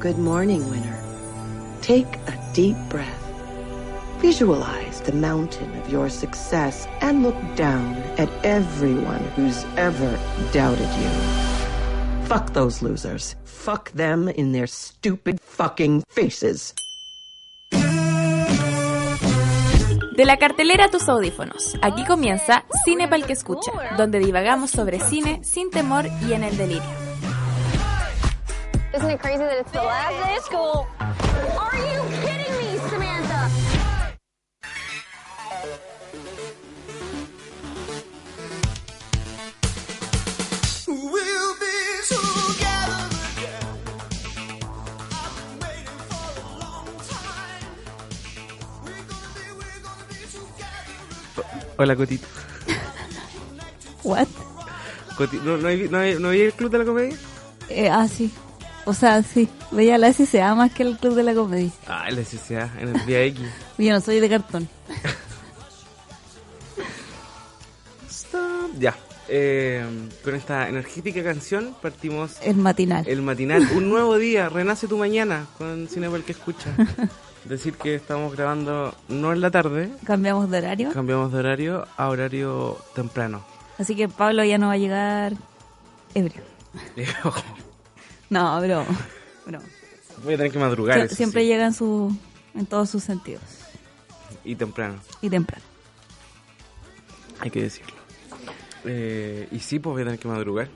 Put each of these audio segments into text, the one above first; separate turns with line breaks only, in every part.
Good morning, winter. Take a deep breath. Visualize the mountain of your success and look down at everyone who's ever doubted you. Fuck those losers. Fuck them in their stupid fucking faces.
De la cartelera a tus audífonos. Aquí comienza Cine Pal que escucha, donde divagamos sobre cine sin temor y en el delirio.
Isn't it crazy that it's the last day of school? Are you kidding me, Samantha?
We'll be together again. I've been waiting for a long time. We're gonna be, we're gonna be together
Hola, Cotito.
What?
Coti- ¿No, no, hay- no, hay- no vi el Club de la Comedia?
Eh, ah, sí. O sea, sí. Veía la SCA más que el Club de la Comedia.
Ah, en la CCA, en el Vía X.
Yo no soy de cartón.
Stop. Ya. Eh, con esta energética canción partimos
El matinal.
el matinal. Un nuevo día, renace tu mañana con Cinepal que escucha. Decir que estamos grabando no en la tarde,
Cambiamos de horario.
cambiamos de horario a horario temprano.
Así que Pablo ya no va a llegar ebrio. No, bro. bro.
Voy a tener que madrugar. eso
siempre
sí,
llega en, su, en todos sus sentidos.
Y temprano.
Y temprano.
Hay que decirlo. Eh, y sí, pues voy a tener que madrugar.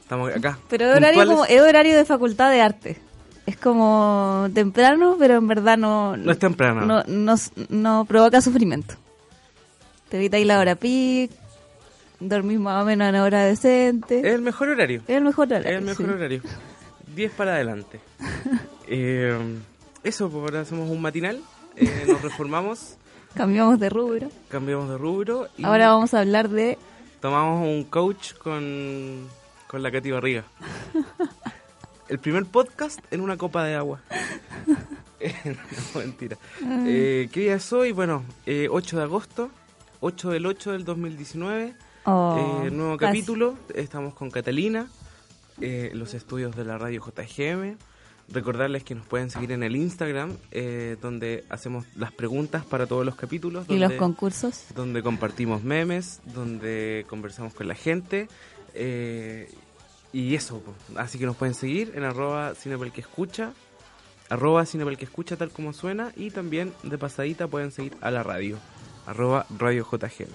Estamos acá.
Pero es horario,
puntuales.
como, es horario de facultad de arte. Es como temprano, pero en verdad no...
No es temprano.
No, no, no provoca sufrimiento. Te evitáis la hora pic, dormís más o menos a una hora decente.
Es el mejor horario.
Es el mejor horario.
Es el mejor
sí.
horario. 10 para adelante. Eh, eso, pues ahora hacemos un matinal. eh, nos reformamos,
Cambiamos de rubro.
cambiamos de rubro y
Ahora vamos a hablar de...
tomamos un coach con, con la Katy Barriga. El primer podcast en una copa de agua. Eh, no, mentira. Eh, ¿Qué día es hoy? Bueno, eh, 8 de agosto, 8 del 8 del 2019.
Oh,
Eh, nuevo
casi.
capítulo, estamos con Catalina, eh, los estudios de la radio JGM. Recordarles que nos pueden seguir en el Instagram, eh, donde hacemos las preguntas para todos los capítulos.
Y los
donde-
concursos.
donde compartimos memes, donde conversamos con la gente. eh, y eso, po. así que nos pueden seguir en arroba cinepel que escucha, arroba cinepel que escucha tal como suena y también de pasadita pueden seguir a la radio, arroba radio JGM.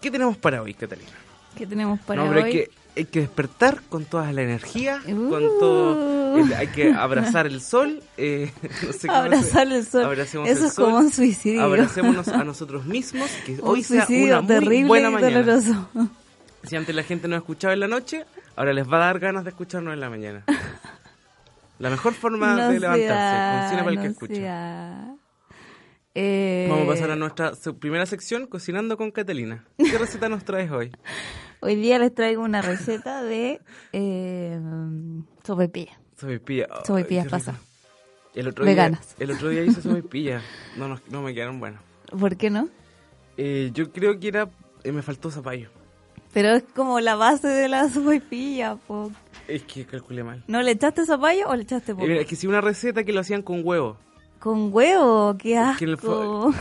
¿Qué tenemos para hoy, Catalina?
¿Qué tenemos para
no, pero
hoy?
Hay, que, hay que despertar con toda la energía, con
Uh.
todo... el- hay que abrazar el sol. eh, no sé cómo se-
Abrazar el sol.
Abracemos
Eso
el
es como
sol.
un suicidio.
Abracémonos a nosotros mismos, que
Un
hoy sea
suicidio
una muy
terrible
buena
y
mañana.
doloroso.
Si antes la gente no escuchaba en la noche, ahora les va a dar ganas de escucharnos en la mañana. La mejor forma
No
de
se
levantarse,
da,
cocina para el que
no se
escucha.
da. Eh,
Vamos a pasar a nuestra se- primera sección, cocinando con Catalina. ¿Qué receta nos traes hoy?
Hoy día les traigo una receta de eh, sopaipilla.
Sopaipilla. Ay,
Sopaipillas
qué rico.
pasas.
El otro
Veganas.
Día, el otro día hice sopaipillas. No, nos- no me quedaron buenas.
¿Por qué no?
Eh, yo creo que era... eh, me faltó zapallo.
Pero es como la base de la sopaipilla. po.
Es que calculé mal.
¿No le echaste zapallo o le echaste
Eh,
poco?
mira, es que si una receta que lo hacían con huevo.
Con huevo, qué
Es que en el
asco.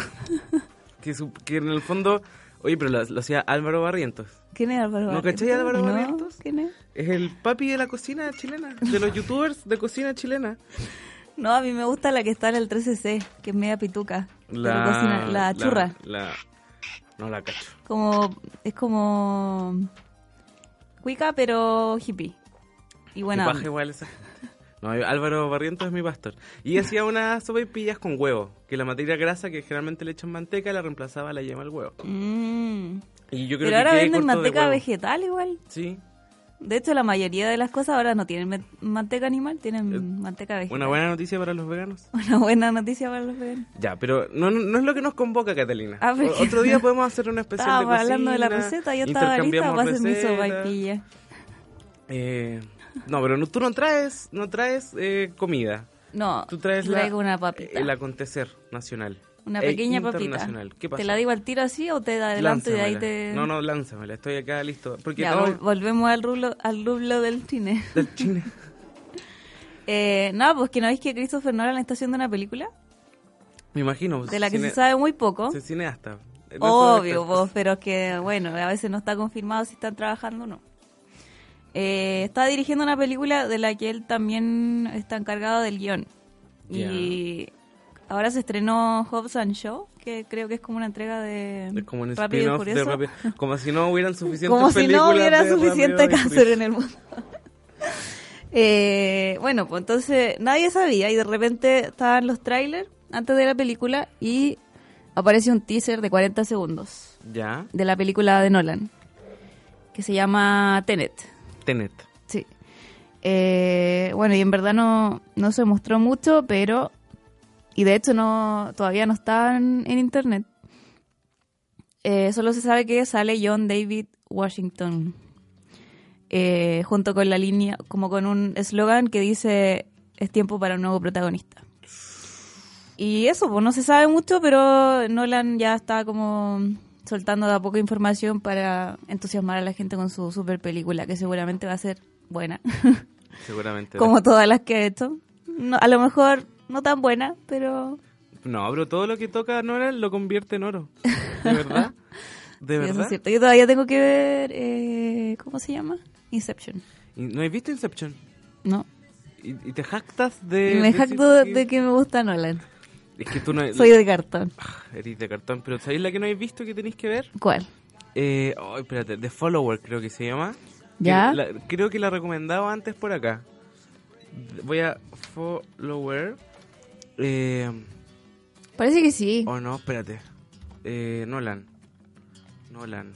que, su- que en el fondo, oye, pero lo, lo hacía Álvaro Barrientos.
¿Quién es Álvaro
¿No
Barrientos?
cachai a Álvaro
¿No?
Barrientos?
¿Quién es?
Es el papi de la cocina chilena, de los youtubers de cocina chilena.
No, a mí me gusta la que está en el 13C, que es media pituca. pero cocina- la churra.
La, no la cacho.
como es como cuica pero hippie y
Bueno.
buena onda.
igual esa gente. No, Álvaro Barrientos es mi pastor. Y hacía unas sopaipillas con huevo, que la materia grasa que generalmente le echan manteca la reemplazaba la yema al huevo.
Mm.
Y yo creo
pero
que
ahora
quedé
venden
corto de
manteca
huevo.
vegetal igual
Sí.
De hecho, la mayoría de las cosas ahora no tienen me- manteca animal, tienen
Eh,
manteca vegetal.
Una buena noticia para los veganos.
Una buena noticia para los veganos.
Ya, pero no, no- no es lo que nos convoca, Catalina.
Ah,
O-
porque-
Otro día podemos hacer una especial de
Estábamos
cocina.
hablando de la receta, yo estaba lista
intercambiamos
para hacer mi
recetas.
sopaipilla.
Eh, no, pero no- tú no traes, no traes eh, comida.
No,
Tú traes la-
traigo una papita.
el acontecer nacional.
una
e
pequeña papita.
internacional. ¿Qué pasa?
¿Te la digo al tiro así o te adelanto y de ahí
Lánzamela.
te...?
No, no, lánzamela. Estoy acá listo. Porque
Ya,
no-
vol- volvemos al rublo, al rublo del cine.
del Chile.
Eh, no, pues que no veis que Christopher Nolan está haciendo una película
Me imagino.
de la que
Pues cine-
se sabe muy poco.
se cineasta. De eso
Obvio,
después.
vos, pero es que, bueno, a veces no está confirmado si están trabajando o no. Eh, está dirigiendo una película de la que él también está encargado del guión. Y ahora se estrenó Hobbs and Show, que creo que es como una entrega de
Es como un
Rápido y
spin-off de
Furioso.
Rápido- Como si no hubieran suficientes
Como si no
películas
hubiera
de Rápido
suficiente
y
cáncer
Furioso.
en el mundo. Eh, bueno, pues entonces nadie sabía y de repente estaban los trailers antes de la película y aparece un teaser de 40 segundos
Ya,
de la película de Nolan que se llama Tenet.
Tenet.
Sí. Eh, bueno, y en verdad no, no se mostró mucho, pero... Y de hecho no todavía no está en, en internet. Eh, solo se sabe que sale John David Washington. eh, junto con la línea, como con un eslogan que dice, es tiempo para un nuevo protagonista. Y eso, pues no se sabe mucho, pero Nolan ya está como soltando de a poco información para entusiasmar a la gente con su super película, que seguramente va a ser buena,
Seguramente.
como todas las que ha hecho. No, a lo mejor no tan buena, pero
No, pero todo lo que toca Nora lo convierte en oro. ¿De verdad? ¿De
sí, eso
verdad?
es cierto. Yo todavía tengo que ver, eh, ¿cómo se llama? Inception,
¿Y ¿No has visto Inception?
¿no?
¿Y, y te jactas de...?
y me
decir
jacto de que me gusta Nolan.
Es que tú no...
Soy de cartón.
Eres de cartón, pero ¿sabéis la que no habéis visto que tenéis que ver?
¿Cuál?
Eh, oh, espérate, The Follower creo que se llama.
¿Ya?
Que la- creo que la recomendaba antes por acá. Voy a Follower. Eh,
Parece que sí.
oh no, espérate. Eh, Nolan. Nolan.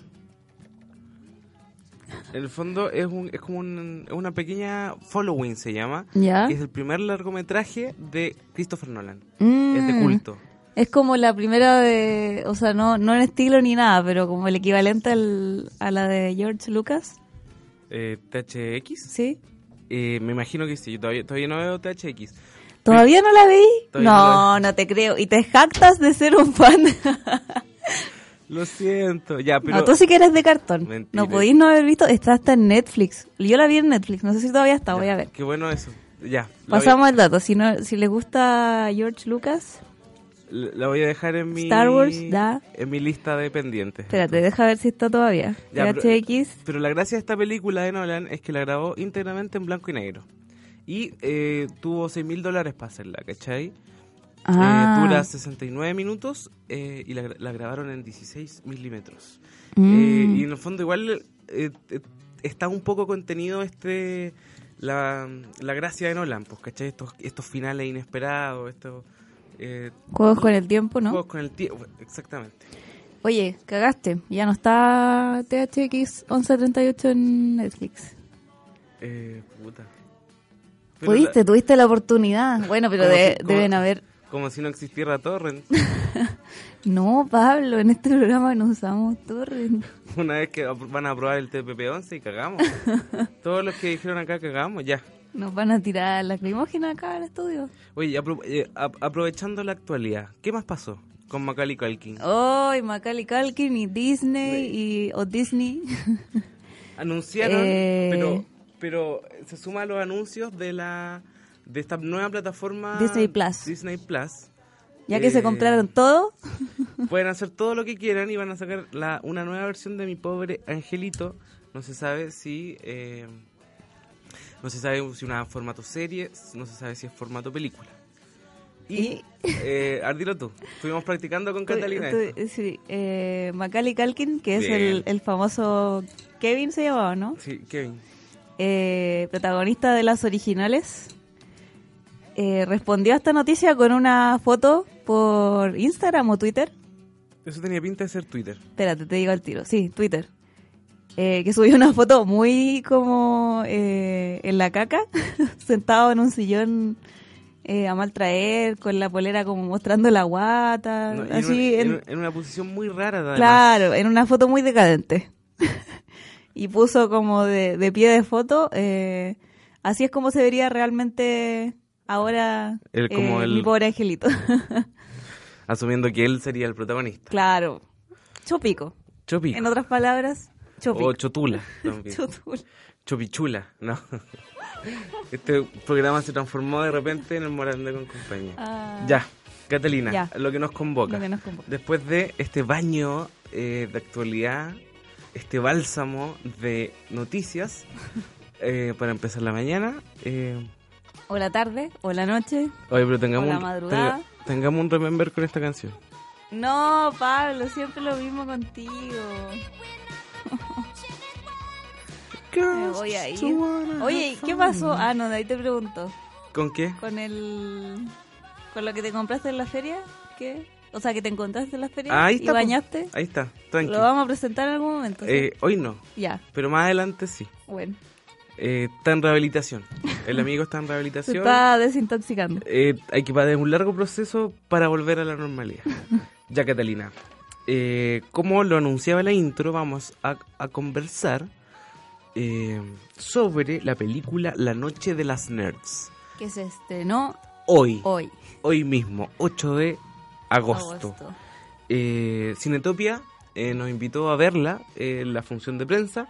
En el fondo es, un, es como un- es una pequeña following se llama.
¿Ya?
que es el primer largometraje de Christopher Nolan.
Mm.
Es de culto.
Es como la primera de, o sea, no, no en estilo ni nada, pero como el equivalente al- a la de George Lucas,
Eh, THX.
¿sí?
Eh, me imagino que sí. Yo todavía, todavía no veo THX.
¿Todavía no la veí?
Todavía no
No, no te creo. Y te jactas de ser un fan.
Lo siento. Ya, pero.
no, tú sí que eres de cartón.
Mentira.
No podís no haber visto, está hasta en Netflix. Yo la vi en Netflix, no sé si todavía está,
Ya,
voy a ver.
Qué bueno eso. Ya. la
Pasamos al dato, si, no, si les gusta George Lucas,
voy a- La voy a dejar en mi.
Star Wars, da.
En mi lista de pendientes.
espérate, deja ver si está todavía.
Ya, pero- eh,
HX,
Pero la gracia de esta película de Nolan es que la grabó íntegramente en blanco y negro. Y eh, tuvo 6 mil dólares para hacerla, ¿cachai?
ah,
Eh, dura 69 minutos eh, y la, gra- la grabaron en 16 milímetros.
Mm.
Eh, y en el fondo igual eh, eh, está un poco contenido este la, la gracia de Nolan, pues, ¿cachai? Estos, estos finales inesperados, estos eh,
Juegos con el tiempo, ¿no?
juegos con el tiempo. Exactamente.
Oye, cagaste. Ya no está THX 1138 en Netflix.
Eh, puta. Pero
Pudiste,
la-
tuviste la oportunidad. Bueno, pero
Como
de-
si- como-
deben haber.
como si no existiera Torrent.
No, Pablo, en este programa no usamos torrent.
Una vez que apro- van a aprobar el TPP-11 y cagamos. Todos los que dijeron acá cagamos, ya.
Nos van a tirar las lacrimógenas acá al estudio.
Oye, apro- eh, ap- aprovechando la actualidad, ¿qué más pasó con Macaulay Culkin?
Oh, Hoy Macaulay Culkin y Disney y, o Disney.
Anunciaron,
Eh.
pero, pero eh, se suma a los anuncios de la de esta nueva plataforma
Disney Plus.
Disney Plus.
ya que se
Eh,
compraron todo.
Pueden hacer todo lo que quieran y van a sacar la, una nueva versión de Mi Pobre Angelito. No se sabe si... eh, no se sabe si una formato serie, no se sabe si es formato película. Y, eh, Ardilo tú, estuvimos practicando con Catalina.
Tu-
esto.
tu- sí, eh, Macaulay Culkin, que es
Bien.
el, el famoso Kevin se llamaba, ¿no?
Sí, Kevin.
eh, protagonista de las originales, eh, respondió a esta noticia con una foto por Instagram o Twitter.
Eso tenía pinta de ser Twitter.
Espérate, te digo al tiro. Sí, Twitter. eh, que subió una foto muy como eh, en la caca, sentado en un sillón eh, a mal traer, con la polera como mostrando la guata,
No, y en
Ah, así.
una-
en-
en, en una posición muy rara, además.
Claro, en una foto muy decadente. y puso como de, de pie de foto, eh, así es como se vería realmente ahora
El- como
eh,
el-
mi pobre angelito.
Asumiendo que él sería el protagonista.
claro, chopico.
Chopico.
En otras palabras, chopico.
O Chotula. también.
Chotul.
Chopichula, no. Este programa se transformó de repente en el Morandé con compañía. Ya, Catalina,
Ah. Ya.
lo que nos convoca.
Lo que nos convoca.
Después de este baño eh, de actualidad, este bálsamo de noticias eh, para empezar la mañana. eh,
O la tarde, o la noche.
oye, pero tengamos
Hola,
un,
madrugada.
tenga- tengamos un remember con esta canción.
No, Pablo, siempre lo mismo contigo. Me Eh, voy a ir. Oye, ¿qué pasó? Ah, no, de ahí te pregunto.
¿Con qué?
con el con lo que te compraste en la feria ¿qué? o sea que te encontraste en la feria
Ah, Ahí
y
está. po.
bañaste
Ahí está, tranqui.
lo vamos a presentar en algún momento ¿sí?
Eh, hoy no,
ya
pero más adelante sí.
bueno
Eh, está en rehabilitación. El amigo está en
se
rehabilitación.
está desintoxicando
Eh, hay que pasar un largo proceso para volver a la normalidad. ya, Catalina, eh, como lo anunciaba la intro, vamos a, a conversar eh, sobre la película La Noche de las Nerds.
que se estrenó
Hoy,
hoy
hoy mismo, 8 de agosto.
agosto
Eh, Cinetopia eh, nos invitó a verla eh, en la función de prensa.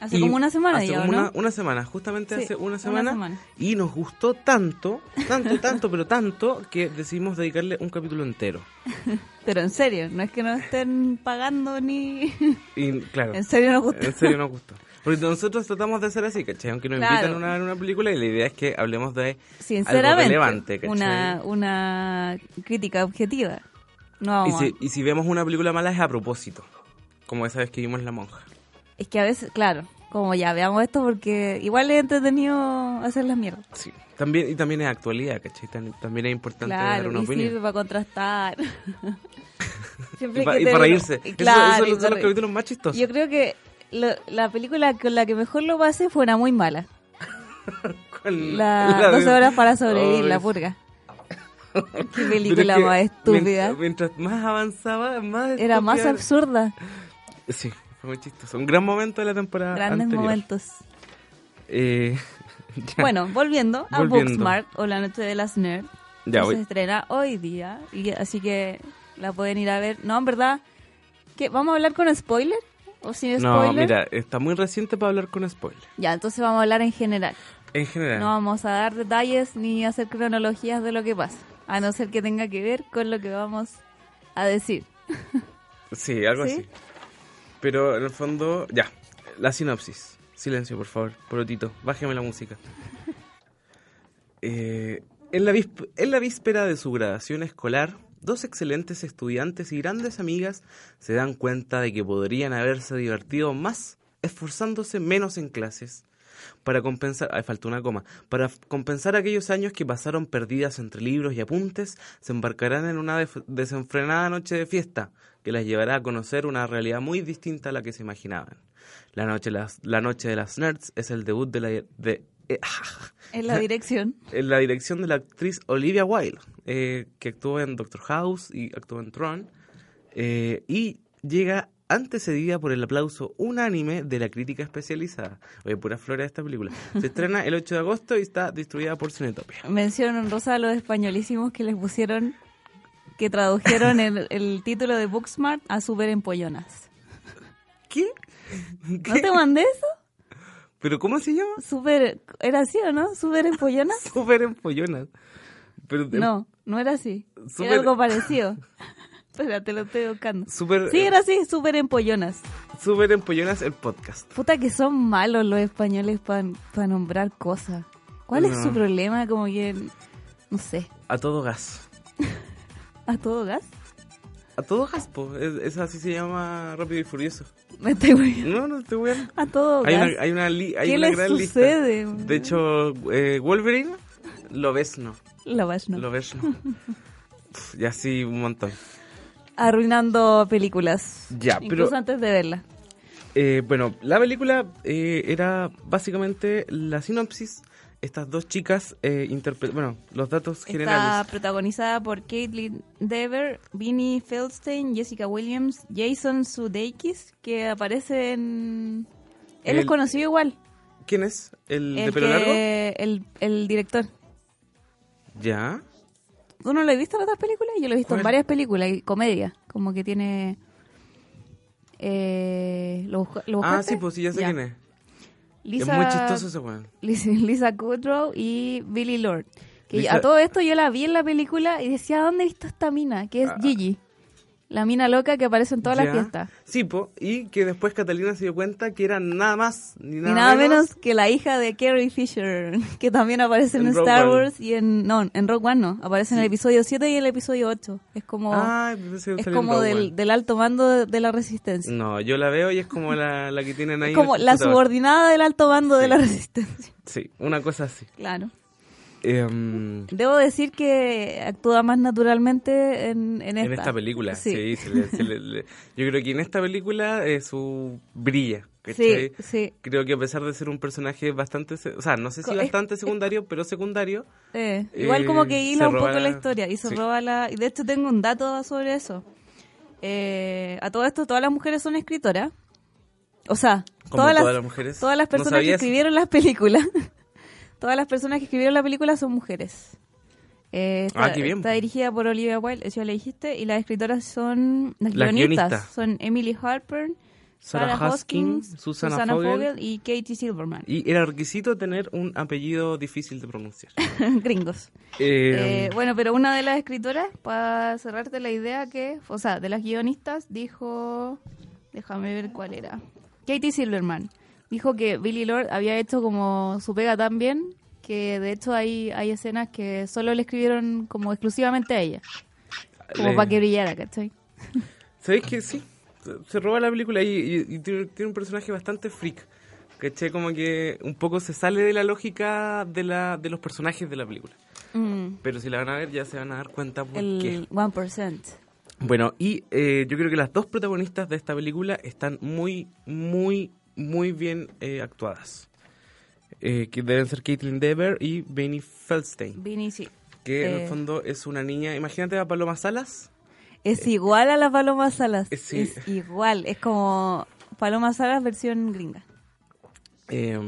hace
Y
como una semana
hace
ya ¿o
como una,
no
una semana, justamente
Sí,
hace una
una
semana,
semana.
Y nos gustó tanto, tanto, tanto, pero tanto, que decidimos dedicarle un capítulo entero.
pero en serio no es que no estén pagando ni
Y claro,
en serio nos gusta
en serio nos gustó. Porque nosotros tratamos de hacer así, ¿cachai? Aunque nos
Claro.
invitan a una, a una película y la idea es que hablemos de algo
sinceramente
relevante, ¿cachai?
una una crítica objetiva no
Y,
vamos a-
si, y si vemos una película mala es a propósito, como esa vez que vimos La Monja.
es que a veces claro como ya veamos esto porque igual es entretenido hacer las mierdas
Sí. También, y también es actualidad, ¿cachai? Tan- También es importante dar
Claro,
una
y
opinión.
sirve para contrastar. Siempre
Y,
hay
pa-
que
y para
tener-
reírse. Eso-
Claro,
esos
y
son
para
los
reír.
capítulos más chistosos.
Yo creo que lo- la película con la que mejor lo pasé fue una muy mala.
Con
La,
la
12
de-
horas para sobrevivir,
Oh,
la
es-
purga. Qué
Pero es
película
que
más estúpida.
mient- Mientras, más avanzaba, más
Era más
estúpida
absurda.
Sí, fue muy chistoso. Un gran momento de la temporada
Grandes
Ah, anterior.
momentos.
Eh, ya.
Bueno, volviendo a
Volviendo.
Booksmart o La Noche de las Nerds.
Ya,
que
voy.
se estrena hoy día, y así que la pueden ir a ver. No, en verdad, ¿qué? ¿vamos a hablar con spoiler? ¿O sin spoiler?
No, mira, está muy reciente para hablar con spoiler.
Ya, entonces vamos a hablar en general.
En general.
No vamos a dar detalles ni hacer cronologías de lo que pasa, a no ser que tenga que ver con lo que vamos a decir.
Sí, algo
¿Sí?
así. Pero en el fondo, ya. La sinopsis. Silencio, por favor. Porotito, bájeme la música. Eh, en, la visp- en la víspera de su graduación escolar, dos excelentes estudiantes y grandes amigas se dan cuenta de que podrían haberse divertido más esforzándose menos en clases. Para compensar, ay, faltó una coma. Para f- compensar aquellos años que pasaron perdidas entre libros y apuntes, se embarcarán en una def- desenfrenada noche de fiesta que las llevará a conocer una realidad muy distinta a la que se imaginaban. La noche, las- la noche de las nerds es el debut de la de, eh,
En la dirección.
en eh, la dirección de la actriz Olivia Wilde, eh, que actuó en Doctor House y actuó en Tron, eh, y llega antecedida por el aplauso unánime de la crítica especializada. Oye, pura flora de esta película. Se estrena el 8 de agosto y está distribuida por Cinetopia.
Mención honrosa a los españolísimos que les pusieron, que tradujeron el, el título de Booksmart a Super Empollonas.
¿Qué?
¿No te mandé eso?
¿Pero cómo se llama?
Super, ¿Era así o no? ¿Super Empollonas?
Súper empollonas. Pero de-
No, no era así.
Súper-
Era algo parecido. Espera, te lo estoy buscando.
Súper-
Sí, era así, súper empollonas.
Súper empollonas el podcast.
Puta que son malos los españoles para nombrar cosas. ¿Cuál es
No.
su problema? Como que, no sé,
A todo gas.
a todo gas.
A todo gas, po. Es, es así se llama Rápido y Furioso.
Me estoy weando.
No, no te voy a...
A todo
Hay
gas.
una, hay una, li- hay
¿Qué
una
les
gran
sucede?
lista. De hecho, eh, Wolverine, lo ves no.
La vas, no.
Lo ves no. Pf, y así un montón.
Arruinando películas.
Ya,
Incluso
pero-
antes de verla.
Eh, bueno, la película eh, era básicamente la sinopsis. Estas dos chicas eh, interpre- Bueno, los datos
Está
generales.
protagonizada por Caitlin Dever, Vinnie Feldstein, Jessica Williams, Jason Sudeikis, que aparece en... Él es
El-
conocido igual,
¿Quién es? ¿El, de
el,
pelo largo?
que- el, el director.
Ya.
¿Tú no lo has visto en otras películas? Yo lo he visto
¿Cuál?
en varias películas y comedia. Como que tiene... Eh, ¿lo, busca- lo
Ah,
buscaste?
sí, pues sí, ya sé quién es.
Lisa,
Es muy chistoso ese weón.
Lisa, Lisa Kudrow y Billy Lord. Que
Lisa-
a todo esto yo la vi en la película y decía, ¿dónde he visto esta mina? Que es
Ah.
Gigi. La mina loca que aparece en todas
Ya.
las fiestas.
Sí, po, y que después Catalina se dio cuenta que era nada más ni
Ni
nada,
nada, menos. que la hija de Carrie Fisher, que también aparece en,
En Rogue
Star
One.
Wars y en... No, en Rock One no. Aparece en el episodio 7 y el episodio 8. Es como...
Ay, Ah, pensé que
es
salió en
como
Rogue
del,
One.
del alto mando de, de la resistencia.
No, yo la veo y es como la, la que tienen ahí.
es
en
como
el
la
computador.
subordinada del alto mando de
Sí.
la resistencia.
Sí, una cosa así.
Claro.
Em,
Debo decir que actúa más naturalmente en, en esta.
En esta película, sí. se le- se le- le- yo creo que en esta película eh, su brilla. ¿cachai?
Sí, sí.
Creo que a pesar de ser un personaje bastante, se- o sea, no sé si
Co- es-
bastante secundario, pero secundario.
Eh,
Eh,
igual como que
se
hila un
roba
poco
la-
la historia y se
sí.
roba la... Y de hecho tengo un dato sobre eso. Eh, a todo esto, todas las mujeres son escritoras. O sea,
Como
todas las,
todas las mujeres.
todas las
No
personas que
sabía eso.
escribieron las películas. todas las personas que escribieron la película son mujeres. Eh, está,
Ah, qué bien.
está dirigida por Olivia Wilde, eso ya le dijiste, y las escritoras son las
Las
guionistas.
guionistas.
Son Emily Harper,
Sarah
Sarah,
Hoskin,
Hoskins,
Susana
Susana,
Vogel.
Vogel. y Katie Silverman.
Y era requisito tener un apellido difícil de pronunciar.
Gringos.
Em,
Eh, bueno, pero una de las escritoras, para cerrarte la idea que, o sea, de las guionistas, dijo, déjame ver cuál era, Katie Silverman, dijo que Billy Lord había hecho como su pega tan bien que de hecho hay, hay escenas que solo le escribieron como exclusivamente a ella, como
le-
para que brillara, ¿cachai?
¿Sabéis que sí? se- Se roba la película y, y- y tiene, tiene un personaje bastante freak. ¿Cachai? Como que un poco se sale de la lógica de, la, de los personajes de la película. Pero si la van a ver ya se van a dar cuenta por qué.
Mm. El 1%.
Bueno, y eh, yo creo que las dos protagonistas de esta película están muy, muy, muy bien eh, actuadas. Eh, que deben ser Caitlin Dever y Benny Feldstein.
Vinny, sí.
Que en el
Eh.
fondo es una niña. Imagínate a Paloma Salas.
Es igual a la Paloma Salas,
Eh, sí.
es igual, es como Paloma Salas versión gringa.
Eh,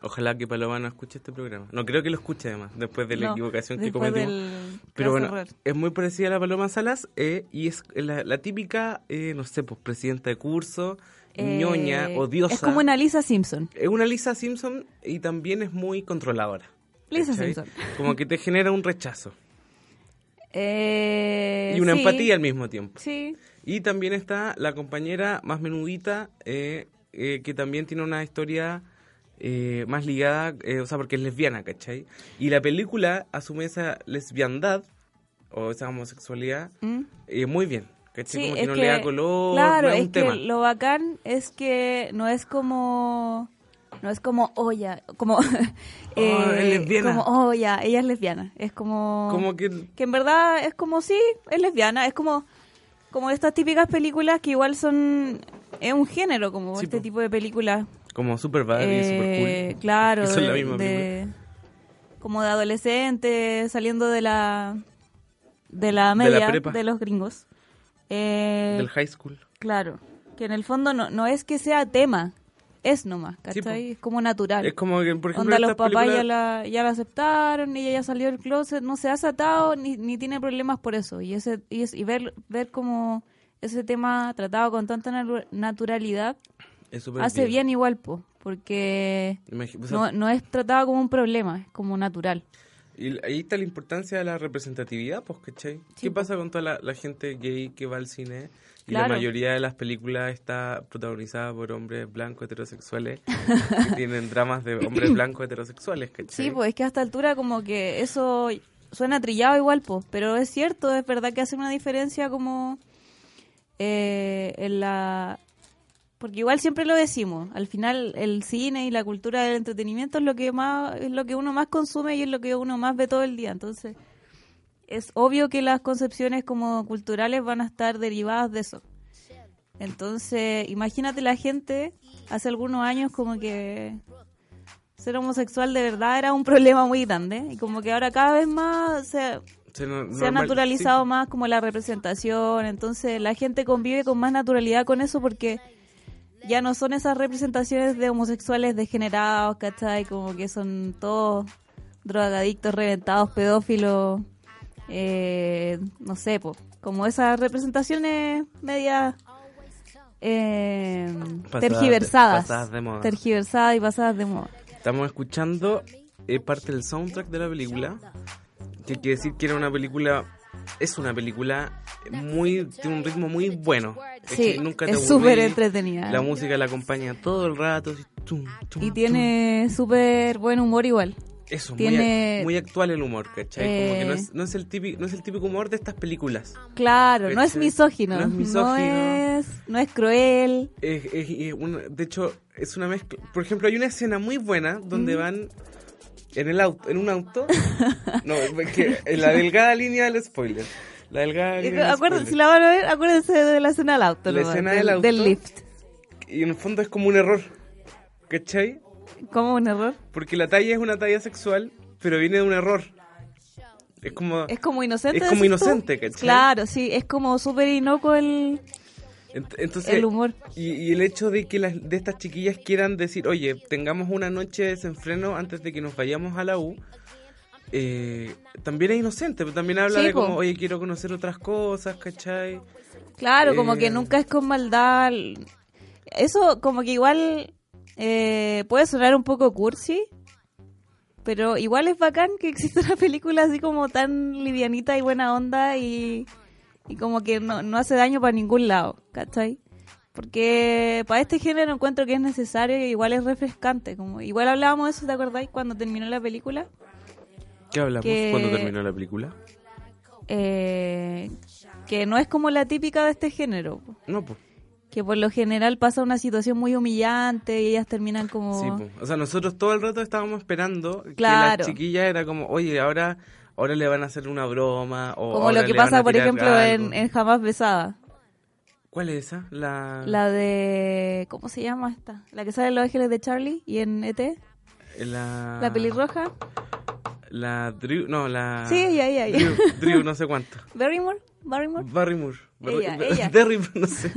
ojalá que Paloma no escuche este programa. No creo que lo escuche además, después de la
No,
equivocación que
después
cometimos.
del
Pero
caso
bueno,
Roer.
es muy parecida a la Paloma Salas eh, y es la, la típica, eh, no sé, pues presidenta de curso,
Eh,
ñoña, odiosa.
Es como una Lisa Simpson.
Es una Lisa Simpson y también es muy controladora.
Lisa
¿cachai?
Simpson.
Como que te genera un rechazo
Eh,
y una
sí,
empatía al mismo tiempo.
Sí.
Y también está la compañera más menudita eh, eh, que también tiene una historia eh, más ligada, eh, o sea, porque es lesbiana, ¿cachai? Y la película asume esa lesbiandad o esa homosexualidad
¿Mm?
eh, muy bien, ¿cachai?
Sí,
Como que
es
no
que-
le da color,
Claro,
no es
es
un
que
tema.
lo bacán es que no es como. No es como, oh ya, como.
es lesbiana.
Como, oh ya, ella es lesbiana. Es como.
Como que
que en verdad es como sí, es lesbiana, es como como estas típicas películas que igual son es un género como
Sí,
este
po.
tipo de películas.
como super bad y
eh,
super cool.
Claro,
Que son
de-
la misma
de- como de adolescentes saliendo de la de la media de,
prepa.
los gringos. Eh,
del high school.
Claro, que en el fondo no, no es que sea tema, es nomás,
Sí, po.
¿cachai? es como natural.
Es como que, por ejemplo,
Onda, los
estas
papás
películas-
ya, la, ya la aceptaron, ella ya salió del closet, no se ha atado ni, ni tiene problemas por eso. Y ese y, es- y ver, ver como ese tema tratado con tanta natu- naturalidad
Es súper
hace bien igual, po, porque
Imagi- o sea,
no, no es tratado como un problema, es como natural.
Y ahí está la importancia de la representatividad, pues, ¿cachai?
Sí,
¿Qué
pues.
pasa con toda la, la gente gay que va al cine? Y
Claro.
la mayoría de las películas está protagonizada por hombres blancos heterosexuales que tienen dramas de hombres blancos heterosexuales,
Sí,
¿cachai?
pues es que a esta altura como que eso suena trillado igual, po, pero es cierto, es verdad que hace una diferencia como eh, en la... Porque igual siempre lo decimos, al final el cine y la cultura del entretenimiento es lo que más es lo que uno más consume y es lo que uno más ve todo el día, entonces es obvio que las concepciones como culturales van a estar derivadas de eso. Entonces, imagínate la gente hace algunos años como que ser homosexual de verdad era un problema muy grande y como que ahora cada vez más se,
Se, no-
se ha
normal-
naturalizado
sí,
más como la representación, entonces la gente convive con más naturalidad con eso porque ya no son esas representaciones de homosexuales degenerados, ¿cachai? Como que son todos drogadictos, reventados, pedófilos, eh, no sé, po, como esas representaciones medias eh,
Pasadas de-
tergiversadas,
pasadas de moda.
tergiversadas y pasadas de moda.
Estamos escuchando eh, parte del soundtrack de la película. Que quiere decir que era una película. Es una película muy. Tiene un ritmo muy bueno. Es
Sí,
que nunca te
es súper
aburrís.
entretenida.
La música la acompaña todo el rato. así, tum, tum,
Y
tum.
tiene súper buen humor igual.
Eso,
tiene-
muy, muy actual el humor, ¿cachai? Como que no es,
Eh.
no, es el típico, no es el típico humor de estas películas.
Claro, no es
¿Cachai?
misógino.
Este, No
No
es
es
misógino.
No es, cruel.
Es- es- es una- de hecho, es una mezcla. Por ejemplo, hay una escena muy buena donde van en el auto, en un auto. no, es que en la delgada línea del spoiler. La delgada línea del
Acuérdense, si
spoiler.
la van a ver, acuérdense de la escena del auto.
La
nomás,
escena
del,
del auto.
del lift.
Y en el fondo es como un error, ¿cachai?
Como un error.
Porque la talla es una talla sexual, pero viene de un error. Es como...
Es como inocente.
Es como
decís tú.
inocente, ¿cachai?
Claro, sí, es como súper inocuo el...
Ent- Entonces,
El humor.
Y, y el hecho de que las, de estas chiquillas quieran decir, oye, tengamos una noche de desenfreno antes de que nos vayamos a la U, eh, también es inocente, pero también habla
Sí,
de como,
po.
oye, quiero conocer otras cosas, ¿cachai?
Claro, como
Eh.
que nunca es con maldad. Eso como que igual eh, puede sonar un poco cursi, pero igual es bacán que exista una película así como tan livianita y buena onda y, y como que no, no hace daño para ningún lado, ¿cachai? Porque para este género encuentro que es necesario y igual es refrescante. como Igual hablábamos de eso, ¿te acordáis? Cuando terminó la película.
¿Qué hablamos
Que-
cuando terminó la película?
eh, que no es como la típica de este género. po.
No, pues.
que por lo general pasa una situación muy humillante y ellas terminan como
Sí, po. O sea, nosotros todo el rato estábamos esperando que
Claro.
las chiquillas era como, oye, ahora, ahora le van a hacer una broma. O
como
ahora
lo que
le van a
pasa por
tirar
ejemplo
algo".
en, en Jamás Besada,
¿Cuál es esa? La...
la de ¿cómo se llama esta? La que sale en Los Ángeles de Charlie y en ET,
La...
la pelirroja,
La Drew, no, la...
Sí, ella, ella, ella.
Drew, Drew, no sé cuánto.
Barrymore, Barrymore.
Barrymore. Barry-
Ella, ella.
Derry, no sé.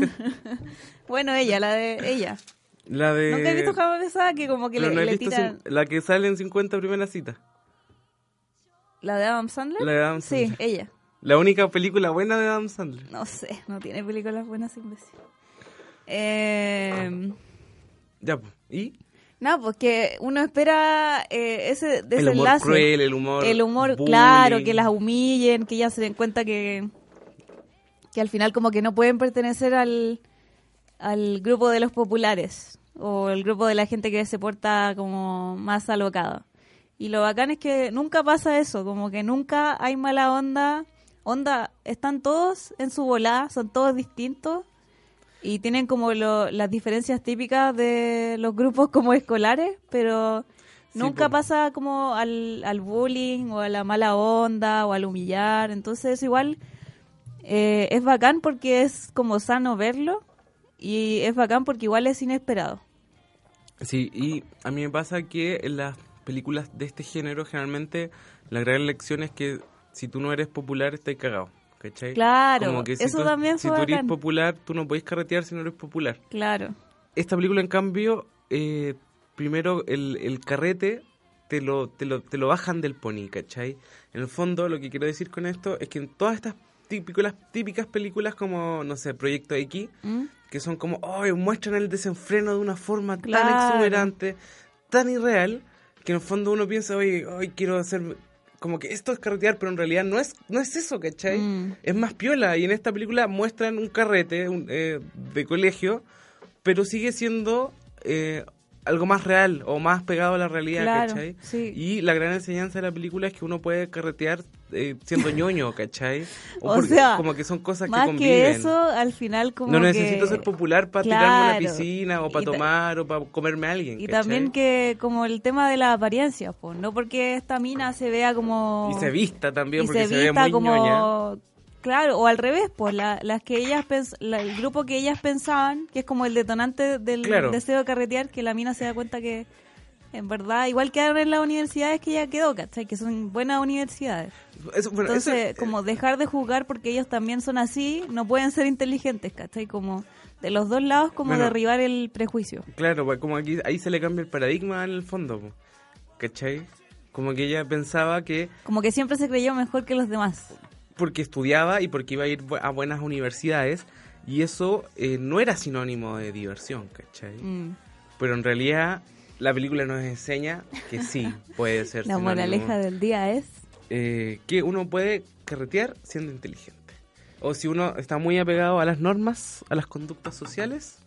Bueno, ella, la de ella.
La de...
Nunca he visto Jamás Besada que como que
Eh, pero
le,
no he
le
visto
tiran
cin- La que sale en 50 primeras citas.
la de Adam Sandler.
La de Adam
Sí,
Sandler.
ella.
La única película buena de Adam Sandler.
No sé, no tiene películas buenas imbécil. Eh,
Ya, pues. ¿Y?
No, porque uno espera eh, ese
El
desenlace.
humor cruel, el humor
El humor,
bullying.
claro, que las humillen, que ellas se den cuenta que, que al final como que no pueden pertenecer al, al grupo de los populares o el grupo de la gente que se porta como más alocada. Y lo bacán es que nunca pasa eso, como que nunca hay mala onda. Onda, están todos en su volada, son todos distintos y tienen como lo- las diferencias típicas de los grupos como escolares, pero
Sí,
nunca
po.
pasa como al, al bullying o a la mala onda o al humillar. Entonces eso igual eh, es bacán porque es como sano verlo y es bacán porque igual es inesperado.
Sí, y a mí me pasa que en las películas de este género, generalmente, la gran lección es que si tú no eres popular, estás cagado. ¿Cachai?
Claro,
Como que si
eso
tú-
también
Si
fue
tú eres
bacán.
popular, tú no podés carretear si no eres popular.
Claro.
Esta película, en cambio, eh, primero el, el carrete te lo, te, lo, te lo bajan del pony, ¿cachai? En el fondo, lo que quiero decir con esto es que en todas estas típicas, típicas películas como, no sé, Proyecto X,
¿Mm?
que son como, ¡ay! muestran el desenfreno de una forma tan
Claro.
exuberante, tan irreal, que en el fondo uno piensa, oye, hoy quiero hacer... Como que esto es carretear, pero en realidad no es, no es eso, ¿cachai?
Mm.
Es más piola. Y en esta película muestran un carrete un, eh, de colegio, pero sigue siendo eh, algo más real o más pegado a la realidad,
Claro,
¿cachai?
sí.
Y la gran enseñanza de la película es que uno puede carretear eh, siendo ñoño, ¿cachai?
O sea,
como que son cosas
Más
que
que,
conviven.
eso, al final como
no
que-
necesito ser popular para tirarme a la
Claro.
piscina o
Y
para
ta-
tomar o para comerme a alguien.
Y
¿cachai?
también que como el tema de las apariencias, pues, no porque esta mina se vea como
Y se vista también
y
porque se, ve
vista
muy ñoña.
como claro, o al revés, pues la- las que ellas pens- la- el grupo que ellas pensaban, que es como el detonante del
Claro.
deseo de carretear, que la mina se da cuenta que en verdad igual quedaron en las universidades que ella quedó, ¿cachai? Que son buenas universidades.
Eso- bueno, eso- eh,
Entonces, como dejar de juzgar porque ellos también son así, no pueden ser inteligentes, ¿cachai? Como de los dos lados, como
Bueno.
derribar el prejuicio.
Claro, pues, como aquí, ahí se le cambia el paradigma en el fondo, po. ¿cachai? Como que ella pensaba que
Como que siempre se creyó mejor que los demás.
porque estudiaba y porque iba a ir bu- a buenas universidades, y eso eh, no era sinónimo de diversión, ¿cachai?
Mm.
Pero en realidad la película nos enseña que sí puede ser
La
sinónimo.
moraleja del día es...
eh, que uno puede carretear siendo inteligente. O si uno está muy apegado a las normas, a las conductas sociales,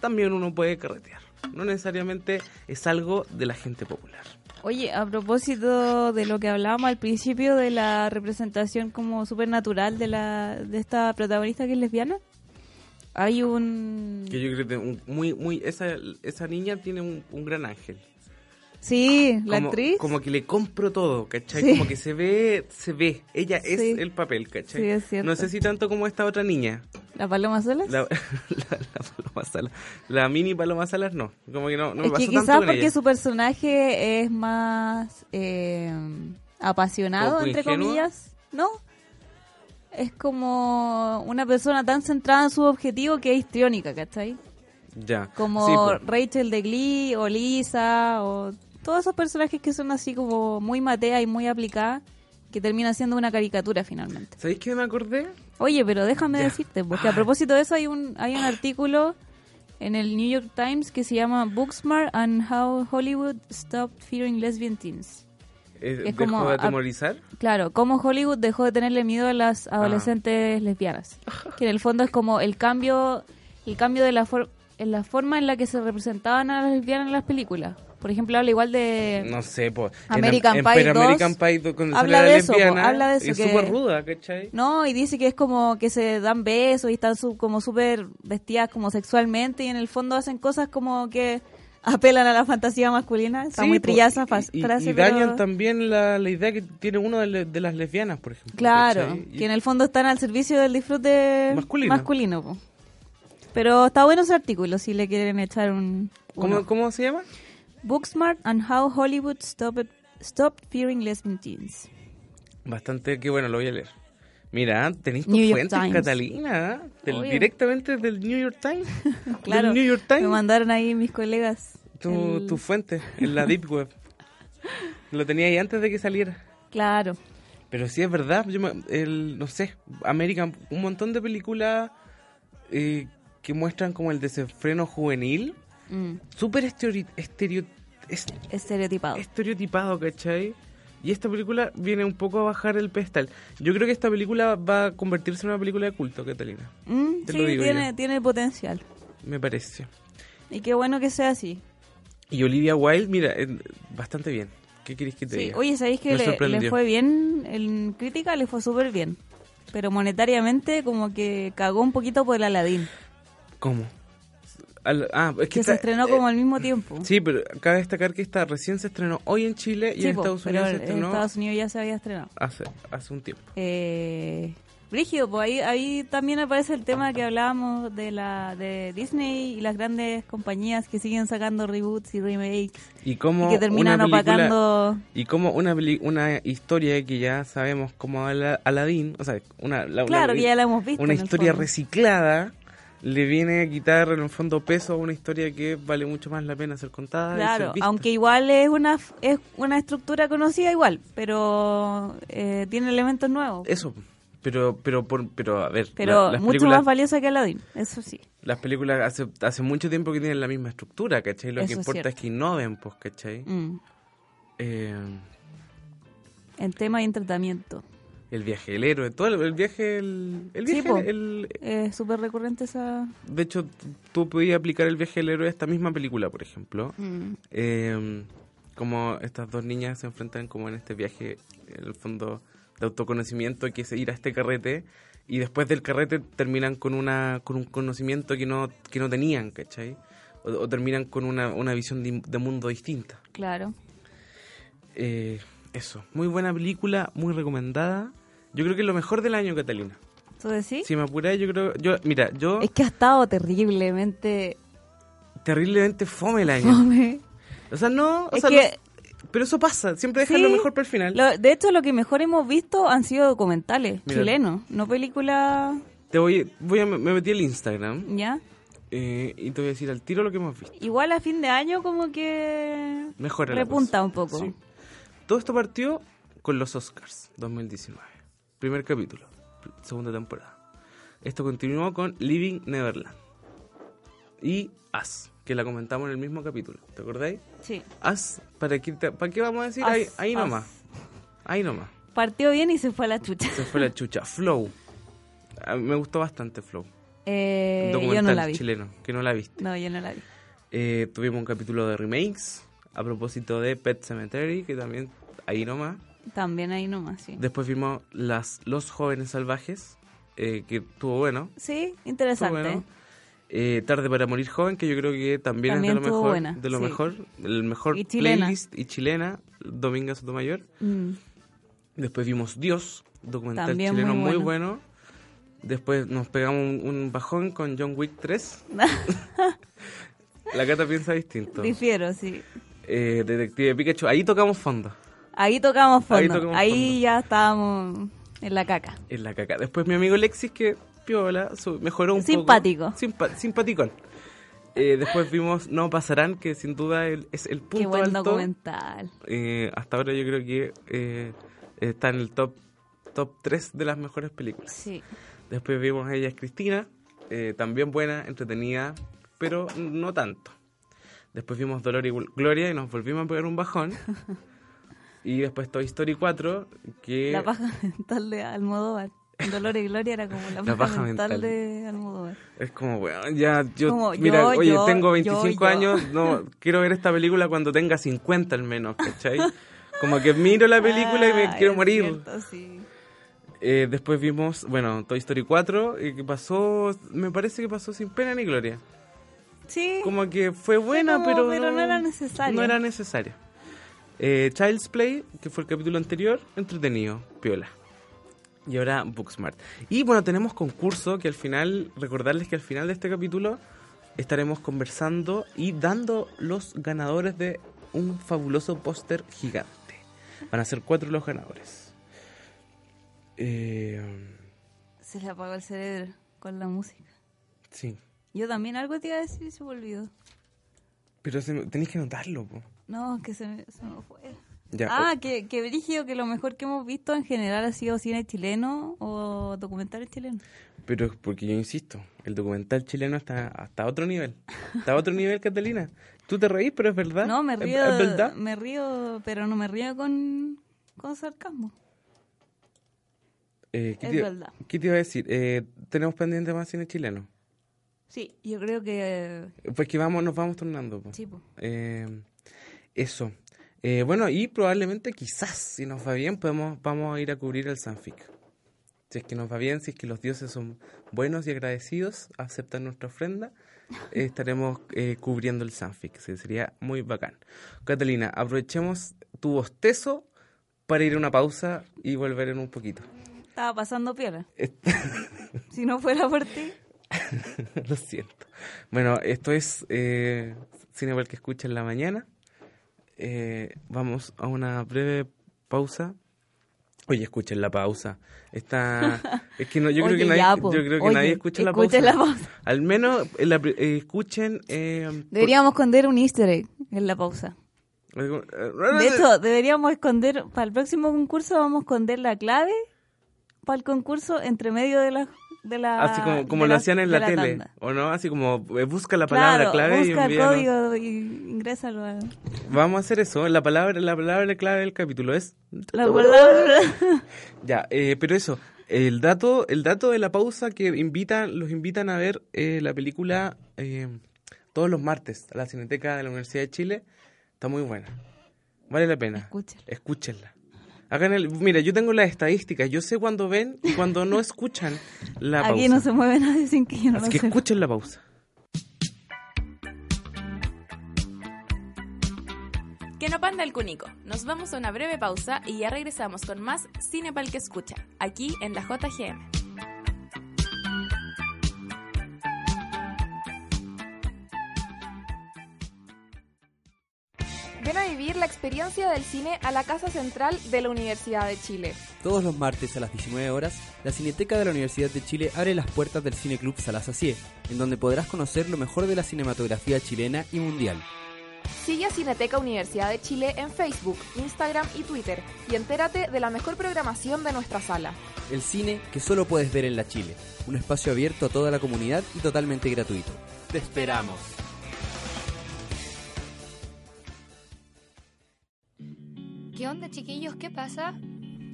también uno puede carretear. No necesariamente es algo de la gente popular.
Oye, a propósito de lo que hablábamos al principio de la representación como supernatural de la de esta protagonista que es lesbiana, hay un
Que yo creo que un- muy, muy, esa, esa niña tiene un, un gran ángel.
sí, la
como,
actriz,
Como que le compro todo, ¿cachai?
Sí.
Como que se ve, se ve. Ella es
Sí.
el papel, ¿cachai?
Sí, es cierto.
No sé si tanto como esta otra niña,
la Paloma Solas.
la, la, la Paloma Salas. La mini Paloma Salas no. Como que no, no me
es
pasó
que
tanto
quizás
con
porque
ella.
su personaje es más eh, apasionado
¿Poco
entre
ingenua?
comillas, ¿no? Es como una persona tan centrada en su objetivo que es histriónica, ¿cachai?
Ya.
como
Sí, pues. po.
Rachel de Glee o Lisa o todos esos personajes que son así como muy matea y muy aplicada que termina siendo una caricatura finalmente.
¿Sabéis qué me acordé?
Oye, pero déjame
Ya.
decirte, porque a propósito de eso hay un hay un artículo en el New York Times que se llama Booksmart and How Hollywood Stopped Fearing Lesbian Teens.
Eh,
Es
¿Dejó
como
de
a-
atemorizar?
Claro, cómo Hollywood dejó de tenerle miedo a las
Ah.
adolescentes lesbianas. Que en el fondo es como el cambio, el cambio de la, for- en la forma en la que se representaban a las lesbianas en las películas. Por ejemplo, habla igual de...
No sé, pues.
eh, American Pie 2,
American Pie 2, cuando
habla
sale la
de eso, po,
lesbiana,
habla de eso,
Es
que-
súper ruda, ¿cachai?
No, y dice que es como que se dan besos y están su- como súper vestidas como sexualmente y en el fondo hacen cosas como que apelan a la fantasía masculina. Está
Sí,
muy
po,
trillada esa
y-
fas-
Y, y
frase, pero-
dañan también la, la idea que tiene uno de, le- de las lesbianas, por ejemplo.
Claro,
¿cachai? Y-
que en el fondo están al servicio del disfrute
Masculino.
masculino. po. Pero está bueno ese artículo si le quieren echar un...
¿Cómo,
uno.
¿Cómo se llama?
Booksmart and How Hollywood Stopped, Stopped Fearing Lesbian Teens.
Bastante que bueno, lo voy a leer. Mira, tenéis tus
New York
fuentes,
Times.
Catalina, ¿eh? Del-
Obvio.
directamente desde el New York Times. Del
Claro,
New York
me
Times,
mandaron ahí mis colegas.
tu,
el-
tu fuente, en la Deep Web. Lo tenía ahí antes de que saliera.
Claro.
Pero sí es verdad, yo me- el, no sé, American, un montón de películas eh, que muestran como el desenfreno juvenil,
Mm,
súper estereori- estereo- est-
estereotipado.
estereotipado, ¿cachai? Y esta película viene un poco a bajar el pedestal. Yo creo que esta película va a convertirse en una película de culto, Catalina,
Mm,
Te
sí,
lo digo
tiene,
yo.
tiene potencial.
me parece.
Y qué bueno que sea así.
Y Olivia Wilde, mira, eh, bastante bien. ¿Qué querés que te
Sí.
diga?
Oye, ¿sabéis que
Me
le,
sorprendió.
le fue bien? En crítica le fue súper bien. Pero monetariamente como que cagó un poquito por el Aladín.
¿Cómo? Al- ah, es que,
Que
está-
se estrenó como al mismo tiempo.
Sí, pero cabe destacar que esta recién se estrenó hoy en Chile y
Sí,
en
po,
Estados
pero
Unidos se
en
estrenó
Estados Unidos ya se había estrenado.
hace, hace un tiempo.
Eh, Brígido, pues ahí, ahí también aparece el tema que hablábamos de la de Disney y las grandes compañías que siguen sacando reboots y remakes
Y cómo
y que terminan
una película-
opacando
Y cómo una, peli- una historia que ya sabemos como Ala- Aladdin, o sea, una, la- una-
Claro, que ya la hemos visto
una
en el
historia
fondo.
reciclada le viene a quitar en el fondo peso a una historia que vale mucho más la pena ser contada. y ser
Claro,
vista.
aunque igual es una f- es una estructura conocida igual, pero eh, tiene elementos nuevos.
Eso, pero, pero, por- pero a ver,
pero
la- las,
mucho
películas,
más valiosa que Aladdin, eso sí.
las películas hace, hace mucho tiempo que tienen la misma estructura, ¿cachai? Lo
Eso
que
es
importa es,
cierto.
que innoven, pues, ¿cachai?
Mm,
Eh,
en tema y en tratamiento.
El viaje del héroe, todo el, el viaje, el, el viaje,
Sí, po.
el-
Es súper recurrente esa...
de hecho, t- tú podías aplicar el viaje del héroe a esta misma película, por ejemplo, Eh, como estas dos niñas se enfrentan como en este viaje, en el fondo de autoconocimiento, que es ir a este carrete y después del carrete terminan con una, con un conocimiento que no, que no tenían, ¿cachai? O, o terminan con una, una visión de, de mundo distinta.
Claro.
Eh, eso, muy buena película, muy recomendada. Yo creo que es lo mejor del año, Catalina.
¿Tú decís?
Si me apuráis, yo creo. Yo, mira, yo.
Es que ha estado terriblemente
Terriblemente fome el año.
fome.
O sea, no. o
Es
sea,
que-
no- pero eso pasa. Siempre dejan
Sí.
lo mejor para el final.
Lo- de hecho, lo que mejor hemos visto han sido documentales
Mira.
chilenos, no películas,
Te voy, voy a, me metí al Instagram
¿ya?
eh, y te voy a decir al tiro lo que hemos visto.
Igual a fin de año como que
Mejora la
repunta
cosa.
un poco.
Sí. Todo esto partió con los Oscars 2019. Primer capítulo, pr- segunda temporada. Esto continuó con Living Neverland y As, que la comentamos en el mismo capítulo. ¿Te acordáis?
Sí.
As, ¿para qué, te- para qué vamos a decir?
Us,
ahí ahí
us.
nomás. Ahí nomás.
Partió bien y se fue a la chucha.
Se fue la chucha. Flow. A mí Me gustó bastante Flow.
Eh, yo
documental
no la vi.
chileno, que no la viste.
No, yo no la vi.
Eh, tuvimos un capítulo de remakes a propósito de Pet Cemetery, que también ahí nomás.
También ahí nomás, sí.
Después vimos las Los Jóvenes Salvajes, eh, que estuvo bueno.
Sí,
estuvo
interesante.
bueno. Eh, Tarde para Morir Joven, que yo creo que también,
También
es de lo
estuvo
mejor.
buena,
de lo
sí.
mejor. El mejor
Y chilena.
playlist y chilena, Dominga Sotomayor.
Mm.
Después vimos Dios, documental
También
chileno
muy
muy bueno. Después nos pegamos un, un bajón con John Wick 3. La cata piensa distinto.
Difiero, sí.
Eh, Detective Pikachu, ahí tocamos fondo.
Ahí tocamos fondo.
Ahí
Ahí,
tocamos fondo.
ya estábamos en la caca.
En la caca. Después mi amigo Lexis, que piola, su- mejoró un
Simpático.
poco. Simpático. Simpaticón. Eh, después vimos No Pasarán, que sin duda el- es el punto
Qué buen
alto.
documental.
Eh, hasta ahora yo creo que eh, está en el top, top 3 de las mejores películas.
Sí.
Después vimos a ella es Cristina, eh, también buena, entretenida, pero no tanto. Después vimos Dolor y Gl- Gloria y nos volvimos a pegar un bajón. y después Toy Story 4, que...
La paja mental de Almodóvar. Dolor y Gloria era como
La
la, paja,
paja
mental,
mental.
de Almodóvar.
Es como, weón, ya, yo,
Como,
mira,
yo,
oye,
yo,
tengo
yo,
25
yo.
años, no, quiero ver esta película cuando tenga 50 al menos, ¿cachai? Como que miro la película y me
Ah,
quiero
es
morir.
cierto, sí.
Eh, después vimos, bueno, Toy Story 4, eh, que pasó, me parece que pasó sin pena ni gloria.
Sí,
como que fue buena,
como-
pero,
pero no era necesaria.
No era necesaria. Eh, Child's Play, que fue el capítulo anterior, entretenido, piola. Y ahora Booksmart. Y bueno, tenemos concurso que al final, recordarles que al final de este capítulo estaremos conversando y dando los ganadores de un fabuloso póster gigante. Van a ser cuatro los ganadores. Eh,
se le apagó el cerebro con la música.
sí,
Yo también algo te iba a decir y se me olvidó.
pero se me- tenéis que notarlo. po.
No, que se me, se me fue.
Ya, pues.
ah, que, que brígido, que lo mejor que hemos visto en general ha sido cine chileno o documentales chilenos.
Pero es porque yo insisto, el documental chileno está hasta otro nivel. Está a otro nivel, Catalina. Tú te reís, pero es verdad.
No, me
¿Ah? ¿Es-
río,
¿Es, verdad?
me río, pero no me río con, con sarcasmo.
Eh, ¿qué
es
te-
verdad.
¿Qué te iba a decir? Eh, tenemos pendiente más cine chileno.
Sí, yo creo que...
Pues que vamos, nos vamos tornando. po.
Sí, pues, po.
Eh, eso. Eh, bueno, y probablemente quizás, si nos va bien, podemos, vamos a ir a cubrir el Sanfic. Si es que nos va bien, si es que los dioses son buenos y agradecidos, aceptan nuestra ofrenda, eh, estaremos eh, cubriendo el Sanfic. Sí, sería muy bacán. Catalina, aprovechemos tu bostezo para ir a una pausa y volver en un poquito.
Estaba pasando piola.
Est-
Si no fuera por ti,
Lo siento. Bueno, esto es eh, Cinebel que escucha en la mañana. Eh, vamos a una breve pausa. Oye, escuchen la pausa. Está. Es que no, yo creo
Oye,
que nadie,
ya,
yo
po.
creo que
Oye,
nadie escucha la pausa.
escuchen la pausa.
Al menos eh, la pri- eh, escuchen. eh,
deberíamos esconder un easter egg en la pausa.
por- eh,
De hecho, deberíamos esconder, para el próximo concurso vamos a esconder la clave para el concurso entre medio de la... De la
así como, como
de
lo
la-
hacían en
de
la, tele,
tanda.
¿o no? Así como eh, busca la palabra
claro,
clave y
busca el
envíanos.
código y ingrésalo. a-
Vamos a hacer eso. La palabra, la palabra clave del capítulo es
La palabra.
Ya, eh, pero eso, el dato, el dato de la pausa que invitan, los invitan a ver eh, la película eh, todos los martes a la Cineteca de la Universidad de Chile, está muy buena. Vale la pena.
Escúchala.
Escúchenla. Hagan el, mira, yo tengo las estadísticas, yo sé cuando ven y cuando no escuchan la pausa.
Aquí no se mueve nadie sin que yo no
Así
lo
que
sepa.
escuchen la pausa.
¿Qué
Que no panda el cunico. Nos vamos a una breve pausa y ya regresamos con más Cinepal que escucha, aquí en la JGM.
Ven a vivir la experiencia del cine a la Casa Central de la Universidad de Chile.
Todos los martes a las 19 horas, la Cineteca de la Universidad de Chile abre las puertas del Cine Club Salasacie, en donde podrás conocer lo mejor de la cinematografía chilena y mundial.
Sigue a Cineteca Universidad de Chile en Facebook, Instagram y Twitter y entérate de la mejor programación de nuestra sala.
El cine que solo puedes ver en la Chile, un espacio abierto a toda la comunidad y totalmente gratuito. ¡Te esperamos!
¿Qué onda, chiquillos? ¿Qué pasa?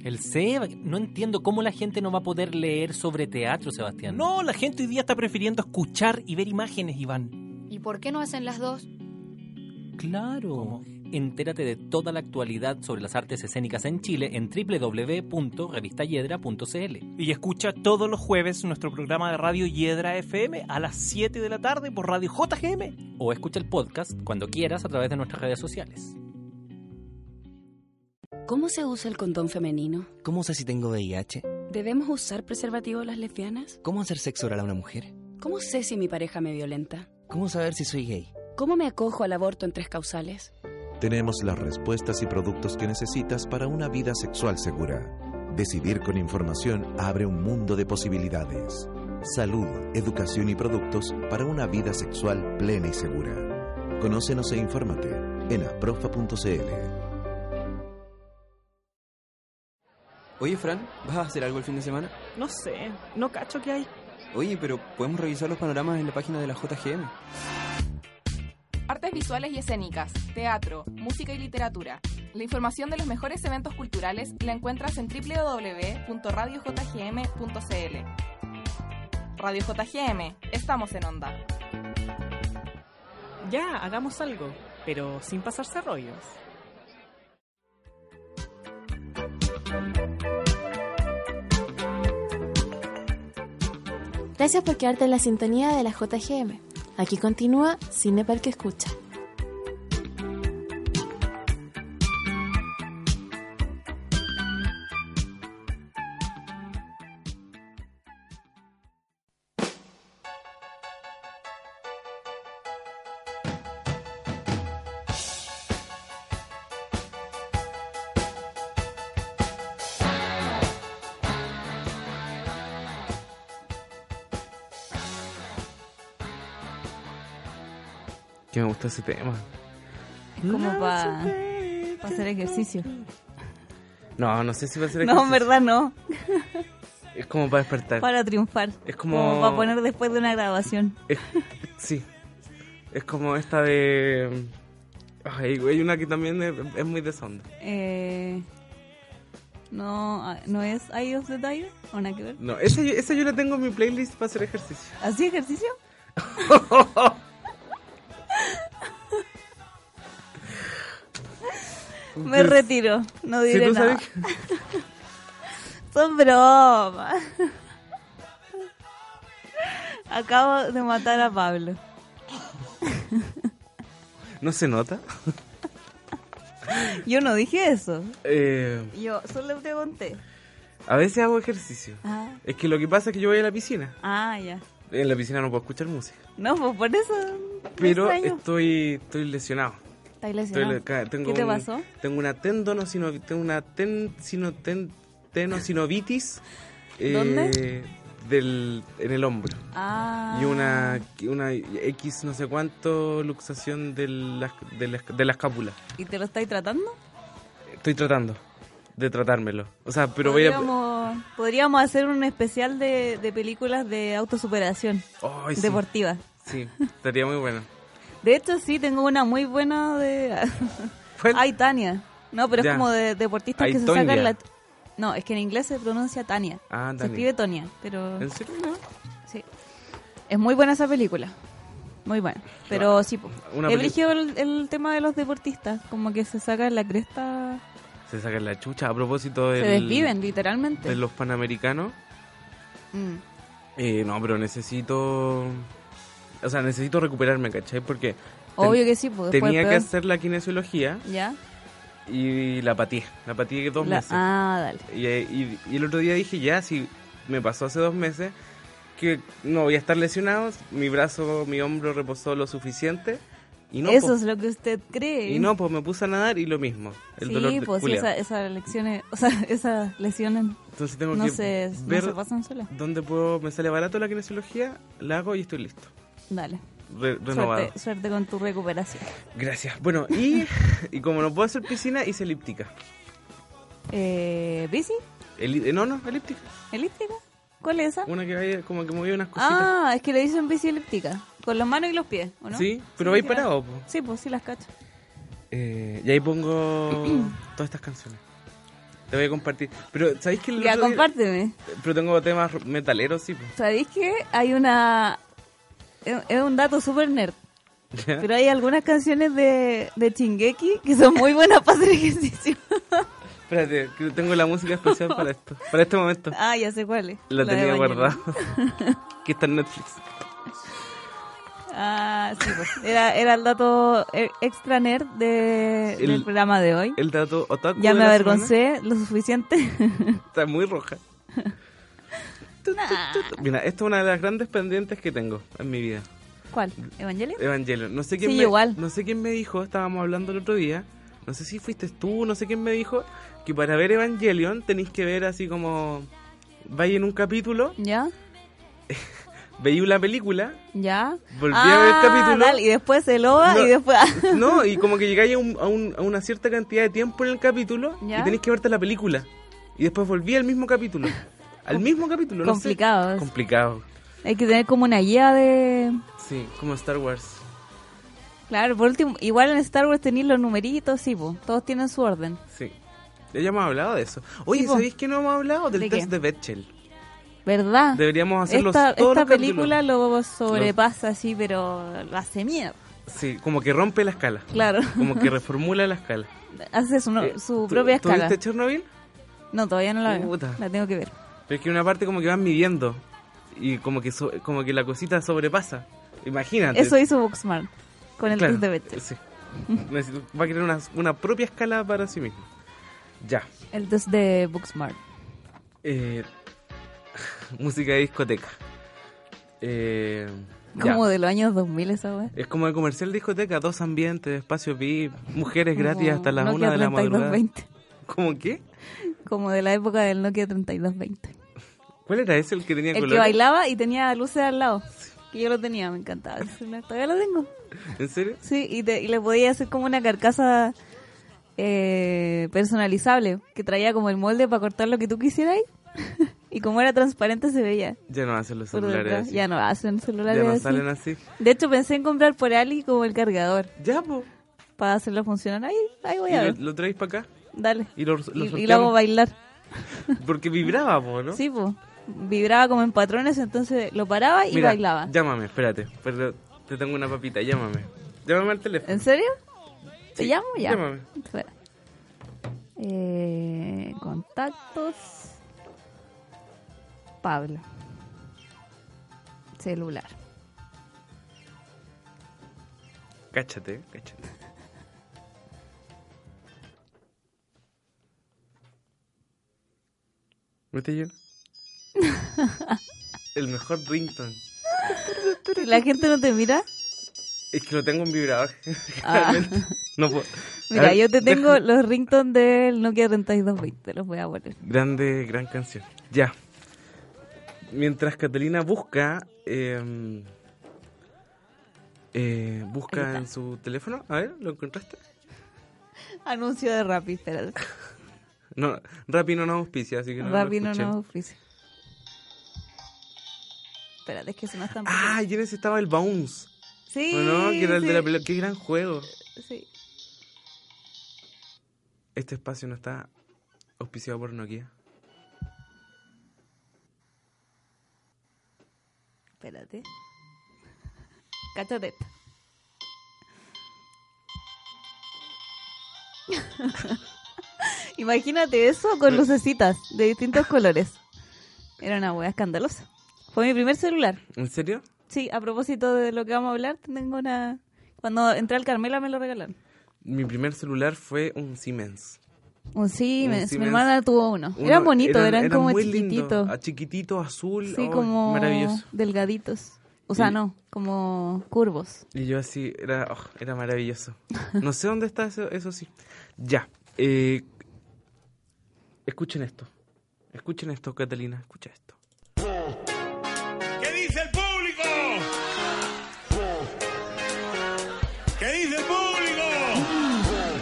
El Seba, no entiendo cómo la gente no va a poder leer sobre teatro, Sebastián.
No, la gente hoy día está prefiriendo escuchar y ver imágenes, Iván.
¿Y por qué no hacen las dos?
claro. Entérate de toda la actualidad sobre las artes escénicas en Chile en www.revistayedra.cl.
Y escucha todos los jueves nuestro programa de radio Hiedra FM a las 7 de la tarde por Radio JGM.
O escucha el podcast cuando quieras a través de nuestras redes sociales.
¿Cómo se usa el condón femenino?
¿Cómo sé si tengo VIH?
¿Debemos usar preservativo las lesbianas?
¿Cómo hacer sexo oral a una mujer?
¿Cómo sé si mi pareja me violenta?
¿Cómo saber si soy gay?
¿Cómo me acojo al aborto en tres causales?
Tenemos las respuestas y productos que necesitas para una vida sexual segura. Decidir con información abre un mundo de posibilidades. Salud, educación y productos para una vida sexual plena y segura. Conócenos e infórmate en aprofa.cl.
Oye, Fran, ¿vas a hacer algo el fin de semana?
No sé, no cacho que hay.
Oye, pero podemos revisar los panoramas en la página de la JGM.
Artes visuales y escénicas, teatro, música y literatura. La información de los mejores eventos culturales la encuentras en www.radiojgm.cl. Radio JGM, estamos en onda.
Ya, hagamos algo, pero sin pasarse rollos.
Gracias por quedarte en la sintonía de la JGM. Aquí continúa Cinepal que escucha.
Que me gusta ese tema.
Es como para hacer ejercicio.
No, no sé si va a ser
No, en
ejercicio.
verdad no.
Es como para despertar.
Para triunfar.
Es como-
para poner después de una grabación.
Es- sí. Es como esta de. Ay, güey, hay una que también es, es muy de sonda.
Eh, no, ah, ¿No es Eye of the Tiger? ¿O nada que ver?
No, esa, yo- esa yo la tengo en mi playlist para hacer ejercicio.
¿Así ejercicio? Me
Pues,
retiro, no
Si
diré
tú
nada.
sabes
Son bromas. Acabo de matar a Pablo.
que- No se nota.
Yo no dije eso.
Eh,
Yo solo pregunté.
a veces hago ejercicio.
Ah,
Es que lo que pasa es que yo voy a la piscina.
ah, ya.
En la piscina no puedo escuchar música.
No, pues por eso.
Pero
extraño.
estoy, estoy lesionado. Estoy
Estáis lesionado.
le- ca- tengo
¿Qué te
un-
pasó?
Tengo una tendonosino, tengo una ten, sino- ten- tenosinovitis. eh,
¿Dónde?
Del, en el hombro.
Ah.
Y una, una X no sé cuánto luxación de la, de la, de la escápula.
¿Y te lo estáis tratando?
Estoy tratando de tratármelo. O sea, pero voy a...
podríamos, podríamos hacer un especial de, de películas de autosuperación
Ay, sí,
deportiva.
sí, estaría muy bueno.
De hecho, sí, tengo una muy buena de...
Bueno,
Ay, Tania. No, pero
Ya.
es como de deportistas
Ay,
que se
Tonya.
sacan la... No, es que en inglés se pronuncia Tania.
Ah,
Se
Tania.
escribe Tonia, pero...
¿En serio? No.
Sí. Es muy buena esa película. Muy buena. Pero sí, po.
Una
he
peli-
elegido el, el tema de los deportistas. Como que se sacan la cresta.
Se sacan la chucha a propósito del-
se desviven, literalmente.
de los panamericanos.
Mm.
Eh, no, pero necesito. O sea, necesito recuperarme, ¿cachai? Porque
Obvio que sí, pues, después
Tenía que
peor.
hacer la kinesiología
¿Ya?
y la patí. La patí dos
La-
meses.
ah, dale.
Y, y- y el otro día dije, ya, si me pasó hace dos meses, que no voy a estar lesionado, mi brazo, mi hombro reposó lo suficiente. Y no,
Eso
po.
es lo que usted cree.
Y no, pues me puse a nadar y lo mismo. El dolor
sí,
de
pues sí,
culiao.
esa- esas lecciones, o sea, esas lesiones
Entonces tengo
no
que
se, no
ver
se pasan solas.
dónde puedo, me sale barato la kinesiología, la hago y estoy listo.
Dale.
Re- renovado.
Suerte, suerte con tu recuperación.
Gracias. Bueno, y, y como no puedo hacer piscina, hice elíptica.
Eh, ¿Bici?
Eli- eh, no, no, elíptica.
¿Elíptica? ¿Cuál es esa?
Una que vaya, como que movía unas cositas.
Ah, es que le dicen bici elíptica. Con las manos y los pies, ¿o no?
Sí, pero vais
ya.
parado, po.
Sí, pues sí las cacho.
Eh, y ahí pongo todas estas canciones. Te voy a compartir. Pero, ¿sabéis que el
Ya,
otro día-
compárteme.
Pero tengo temas ro- metaleros, sí. po.
¿Sabéis que hay una... Es es un dato súper nerd.
pues. Ya.
Pero hay algunas canciones de, de Chingeki que son muy buenas para hacer ejercicio.
Espérate, que tengo la música especial para esto. Para este momento.
Ah, ya sé cuál es.
La,
de
tenía
Bañero.
guardada. que está en Netflix.
Ah, sí, pues. Era, era el dato e- extra nerd de,
El-
del programa de hoy.
El dato otaku.
Ya
de
me
la
avergoncé lo suficiente.
semana. Está muy roja. Tu, tu, tu, tu. Mira, esto es una de las grandes pendientes que tengo en mi vida.
¿Cuál? ¿Evangelio?
Evangelio. No sé quién
Sí,
me,
igual.
No sé quién me dijo, estábamos hablando el otro día. No sé si fuiste tú, no sé quién me dijo que para ver Evangelion tenéis que ver así como vais en un capítulo,
¿Ya?
veí una película,
¿Ya?
volví
ah,
a ver el capítulo.
dale, y después el OVA
No,
y después...
No, y como que llegáis a, un- a un- a una cierta cantidad de tiempo en el capítulo
¿Ya?
y tenéis que verte la película. Y después volví al mismo capítulo. Al mismo capítulo, no sé.
Complicado.
Complicado.
Hay que tener como una guía de...
Sí, como Star Wars.
Claro, por último, igual en Star Wars tenéis los numeritos, sí, po. todos tienen su orden.
Sí. Ya hemos hablado de eso. Oye,
Sí, po.
¿sabéis que no hemos hablado del
¿De qué?
test de Bechdel?
¿Verdad?
Deberíamos hacerlo
Esta,
todos
esta
los
película
capítulos.
lo sobrepasa así, pero lo hace mierda.
Sí, como que rompe la escala.
Claro.
Como que reformula la escala.
Hace su, no-
Eh,
su
¿Tú-
propia
tú
escala.
viste Chernobyl?
No, todavía no la veo.
Puta.
La tengo que ver.
Pero es que una parte como que van midiendo. Y como que, so- como que la cosita sobrepasa. Imagínate.
Eso hizo Booksmart con el
Claro,
test de Bechdel.
sí. Necesito- Va a crear una, una propia escala para sí mismo. Ya.
El test de Booksmart.
Eh, música de discoteca. Eh, ya.
Como de los años 2000 esa wea.
Es como el comercial de discoteca, dos ambientes, espacio VIP, mujeres gratis
Como
hasta las
Nokia
una de la madrugada.
3220.
¿Cómo qué?
Como de la época del Nokia 3220.
¿Cuál era ese el que tenía
El
color?
que bailaba y tenía luces al lado. Que yo lo tenía, me encantaba. ese celular. Todavía lo tengo.
¿En serio?
Sí, y, te- y le podía hacer como una carcasa eh, personalizable, que traía como el molde para cortar lo que tú quisieras ahí. y como era transparente se veía.
Ya no hacen los
por
celulares.
detrás.
así.
Ya no hacen celulares
Ya no
así.
salen así.
De hecho pensé en comprar por Ali como el cargador.
Ya, po.
Para hacerlo funcionar. Ahí, ahí voy
¿Y
a
lo,
ver.
lo traéis para acá?
Dale.
Y lo, lo
Y- y, lo
sorteamos.
hago bailar.
Porque vibraba, po, ¿no?
Sí, pues. Vibraba como en patrones, entonces lo paraba y
Mira,
bailaba.
Llámame, espérate. Pero te tengo una papita, llámame. Llámame al teléfono.
¿En serio? ¿Te
Sí,
llamo ya?
llámame.
Espera. Eh, contactos. Pablo. Celular. Eh.
Cáchate, cáchate. ¿Viste yo? El mejor ringtone.
¿La gente no te mira?
Es que lo tengo en vibrador.
Ah.
Realmente. No puedo. A
Mira,
ver,
yo te tengo
deja-
los ringtones del Nokia 3220, los voy a poner.
Grande, gran canción. Ya. Mientras Catalina busca. eh, eh, busca en su teléfono. A ver, ¿lo encontraste?
Anuncio de Rappi, espérate.
No, Rappi no nos auspicia, así que no lo
Rappi no
escuchen.
nos oficia. Espérate, es que se me están...
Ah, y en ese estaba el Bounce.
Sí,
¿O no? Que era el de la
sí.
pelota. Qué gran juego.
Sí.
Este espacio no está auspiciado por Nokia.
Espérate. Cáchate esta. Imagínate eso con lucecitas de distintos colores. Era una hueá escandalosa. Fue mi primer celular.
¿En serio?
Sí, a propósito de lo que vamos a hablar, tengo una... Cuando entré al Carmela me lo regalaron.
Mi primer celular fue un Siemens.
Un Siemens.
Siemens.
Mi hermana tuvo uno.
Uno-
eran bonitos, eran, como
muy
chiquititos.
lindos, ah, chiquitito, azul.
Sí,
oh,
como
Maravilloso.
delgaditos. O sea,
Y-
no, como curvos.
Y yo así, era, oh, era maravilloso. No sé dónde está eso, eso sí. Ya. eh, escuchen esto. Escuchen esto, Catalina. Escucha esto.
¿Qué dice el público? ¿Qué dice el público?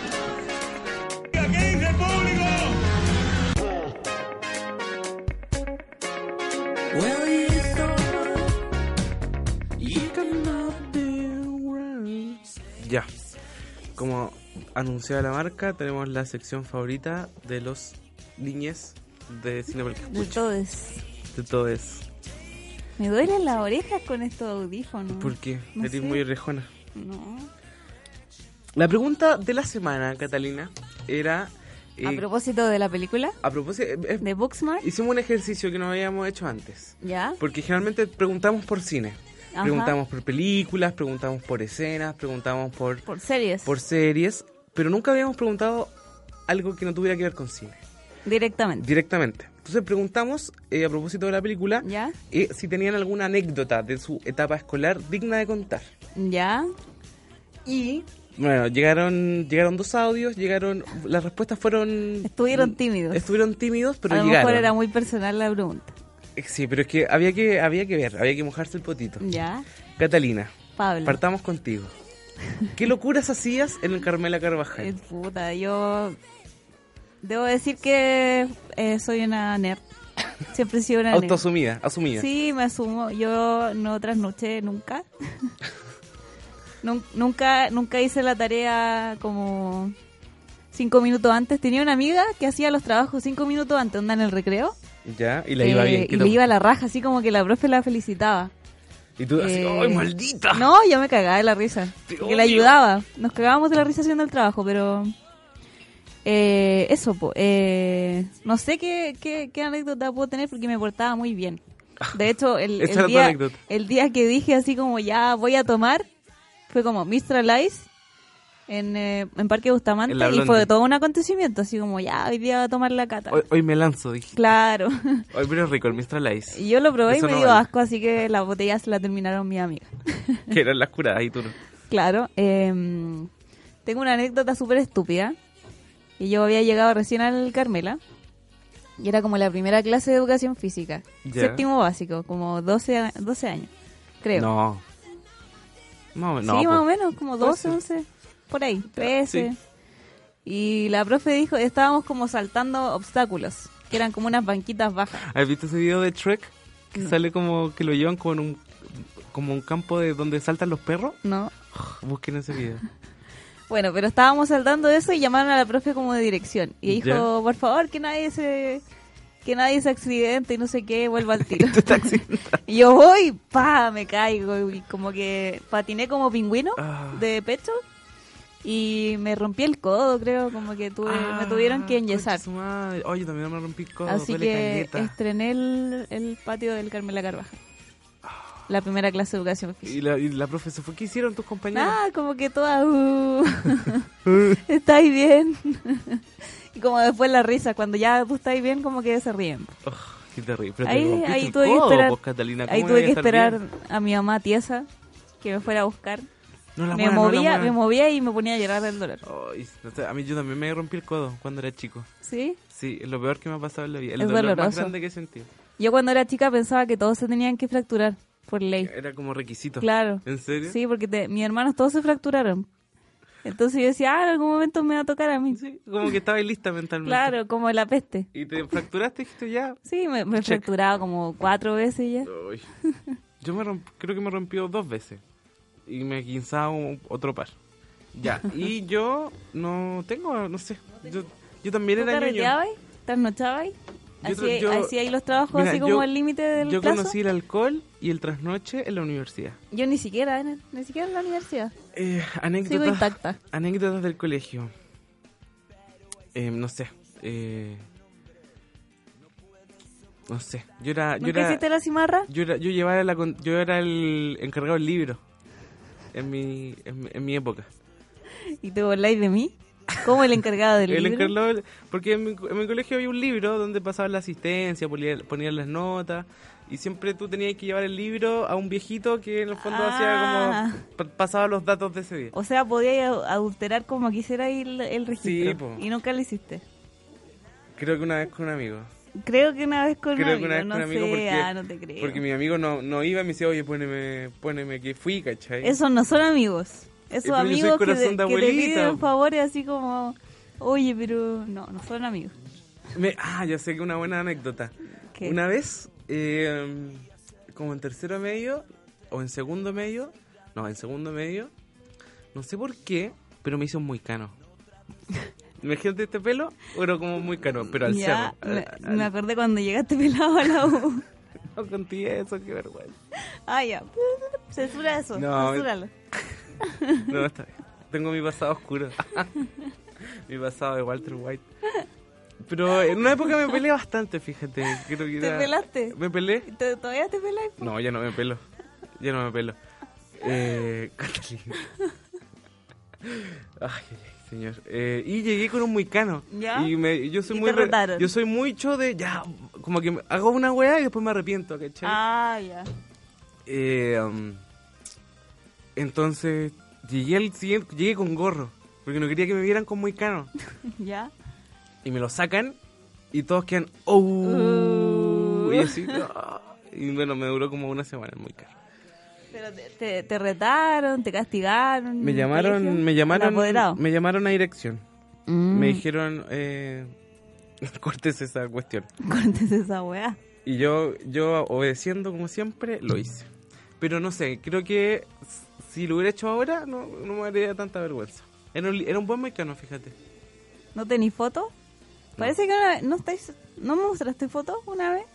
Oiga, ¿Qué dice el público?
Ya. Como anunciada la marca, tenemos la sección favorita de los niñes de Cine Pel que
De
Escucha.
todos.
De todos.
Me duelen las orejas con estos audífonos.
¿Por qué?
No
Eres
sé.
muy orejona.
No.
La pregunta de la semana, Catalina, era... eh,
A propósito de la película,
a propósito, eh, eh,
de Booksmart,
hicimos un ejercicio que no habíamos hecho antes.
¿ya?
Porque generalmente preguntamos por cine.
Ajá.
Preguntamos por películas, preguntamos por escenas, preguntamos por,
Por series,
por series, pero nunca habíamos preguntado algo que no tuviera que ver con cine,
directamente.
directamente. Entonces preguntamos, eh, a propósito de la película,
¿Ya?
eh, si tenían alguna anécdota de su etapa escolar digna de contar.
¿Ya?
Y Bueno, llegaron, llegaron dos audios, llegaron, las respuestas fueron...
estuvieron tímidos.
Estuvieron tímidos, pero
a lo
llegaron.
mejor era muy personal la pregunta.
Eh, Sí, pero es que había que había que ver, había que mojarse el potito.
¿Ya?
Catalina,
Pablo.
partamos contigo. ¿Qué locuras hacías en el Carmela Carvajal?
eh, Puta, yo debo decir que eh, soy una nerd. Siempre he sido una nerd.
Autoasumida, asumida.
Sí, me asumo. Yo no trasnoché nunca. Nun- nunca, nunca hice la tarea como cinco minutos antes. Tenía una amiga que hacía los trabajos cinco minutos antes, onda en el recreo.
Ya, y la iba
Eh,
bien. ¿qué
Y
te-
le iba a la raja, así como que la profe la felicitaba.
Y tú así,
Eh,
¡ay, maldita!
No, yo me cagaba de la risa. Que la
odio.
ayudaba. Nos cagábamos de la risa haciendo el trabajo, pero. eh, eso, po, eh, no sé qué, qué, qué anécdota puedo tener porque me portaba muy bien. De hecho, el,
Esa
el
era tu
día,
anécdota.
el día que dije así como ya voy a tomar, fue como Mistral Ice en, eh, en Parque Bustamante
En la
y fue
Blondie.
todo un acontecimiento, así como ya hoy día voy a tomar la cata.
Hoy, hoy me lanzo, dije.
Claro.
Hoy pero es rico, el Mistral Ice.
Y yo lo probé
Eso
y me
no
dio
vale.
asco, así que las botellas la terminaron mi amiga.
Que eran las curadas y tú no.
Claro, eh, tengo una anécdota súper estúpida. Y yo había llegado recién al Carmela. Y era como la primera clase de educación física.
Ya.
Séptimo básico, como 12, a- 12 años, creo.
No. Más o menos.
Eh. sí,
no,
más
po.
o menos, como 12, 11, por ahí, 13.
sí.
Y la profe dijo, estábamos como saltando obstáculos, que eran como unas banquitas bajas.
¿Has visto ese video de Trek? Que
No.
sale como que lo llevan con un como un campo de donde saltan los perros.
No.
Busquen ese video.
Bueno, pero estábamos saltando eso y llamaron a la profe como de dirección. Y dijo,
Ya.
por favor, que nadie se que nadie se accidente y no sé qué, vuelva al tiro. y yo voy, pa, me caigo y como que patiné como pingüino
Ah.
de pecho y me rompí el codo, creo, como que tuve,
Ah,
me tuvieron que enyesar.
Ay, oye, también me rompí el codo,
Así
duele
que
caleta.
estrené el, el patio del Carmela Carvajal. La primera clase de educación física.
Ah. Y la, y la profe se fue. ¿Qué hicieron tus compañeros?
Nada, como que toda. Uh, ¿Estáis bien? y como después la risa, cuando ya tú estáis bien, como que se ríen.
Oh, Qué terrible. Pero te
Ahí,
rompiste
ahí
el
tuve que
codo,
esperar,
vos, Catalina, ¿cómo
ahí
iba a
tuve que
estar
esperar
bien?
a mi mamá tiesa que me fuera a buscar.
No la
me
muevan, no la
movía,
muevan.
me movía y me ponía a llorar del dolor.
Ay, no sé, a mí yo también me rompí el codo cuando era chico.
¿Sí?
Sí, es lo peor que me ha pasado en la vida. El
Es
dolor más
doloroso.
grande que he sentido.
Yo cuando era chica pensaba que todos se tenían que fracturar por ley.
Era como requisito.
Claro.
¿En serio?
Sí, porque te- mis hermanos todos se fracturaron. Entonces yo decía, ah, en algún momento me va a tocar a mí.
Como que estaba lista mentalmente.
Claro, como la peste.
Y te fracturaste, dijiste ya.
Sí, me, me he fracturado como cuatro veces ya.
Ay. Yo me romp- creo que me rompió dos veces. Y me quinzaba un- otro par. Ya. Y yo no tengo, no sé. Yo, yo también
¿Tú
era niño.
carreteabas? ¿Trasnochabas?
Yo
¿Así,
tra- yo-
así hay los trabajos,
Mira,
así
yo-
como el límite del
Yo
plazo?
conocí el alcohol y el trasnoche en la universidad.
Yo ni siquiera, eh, ni siquiera en la universidad.
Eh,
Sigo
anécdotas,
intacta.
anécdotas del colegio. Eh, no sé. eh, no sé. Yo era. Ah, Yo
¿Nunca
era,
hiciste la cimarra?
yo era- yo llevaba la con- yo era el encargado del libro. en mi, en, mi- en mi época.
¿Y te burláis de mí? ¿Cómo el encargado del
El
libro?
encargado- porque en mi, en mi colegio había un libro donde pasaba la asistencia, ponía- ponían las notas, y siempre tú tenías que llevar el libro a un viejito que en el fondo
Ah.
hacía como pa- pasaba los datos de ese día.
O sea, podía adulterar como quisiera el, el registro.
Sí, po.
y nunca lo hiciste.
Creo que una vez con un amigo.
Creo que una vez con
Creo
un
que
amigo,
una vez
no
con un amigo
sé,
porque,
ah, no te creo.
porque mi amigo no, no iba y me decía, oye, poneme, poneme que fui, ¿cachai?
Esos no son amigos.
Eh, pero
Esos
yo soy
amigos que,
corazón
te-
de
que te
abuelita,
piden
po.
favores así como, oye, pero no, no son amigos.
Me- ah, ya sé que una buena anécdota.
¿Qué?
Una vez, eh, como en tercero medio, o en segundo medio, no, en segundo medio, no sé por qué, pero me hizo un muy cano. Imagínate este pelo, pero como muy cano, pero al
ya,
cerro.
me, me acordé cuando llegaste pelado a la U.
No conté eso, qué vergüenza.
Ah, ya. Censura eso,
No,
censúralo.
No, está bien. Tengo mi pasado oscuro. mi pasado de Walter White. Pero en una época me peleé bastante, fíjate. Creo que
¿Te
era-
pelaste?
Me peleé.
¿Te- ¿Todavía te peláis?
No, ya no me pelo. Ya no me pelo. Eh, Catalina. Ay, señor. Eh, y llegué con un muicano.
¿Ya?
Y me, yo soy
Y
muy
te
re-
retaron.
yo soy mucho de ya, como que me- hago una weá y después me arrepiento, ¿cachai?
Ah, ya.
Eh, um, entonces llegué al siguiente, llegué con gorro, porque no quería que me vieran con muicano.
Ya.
Y me lo sacan y todos quedan, "Oh".
Uh.
Y así, "Ah". y bueno, me duró como una semana, muy caro.
Pero te, te- te retaron, te castigaron. en
Me
el colegio.
llamaron, me
El Mm, apoderado.
llamaron, me llamaron a dirección.
Mm.
Me dijeron, eh, cortes esa cuestión.
Cuéntese esa weá.
Y yo, yo obedeciendo como siempre, lo hice. Pero no sé, creo que s- si lo hubiera hecho ahora, no, no me daría tanta vergüenza. Era un, li- era un buen mecano, fíjate.
¿No tenéis foto? Parece que una- no estáis. ¿No me mostraste foto una vez?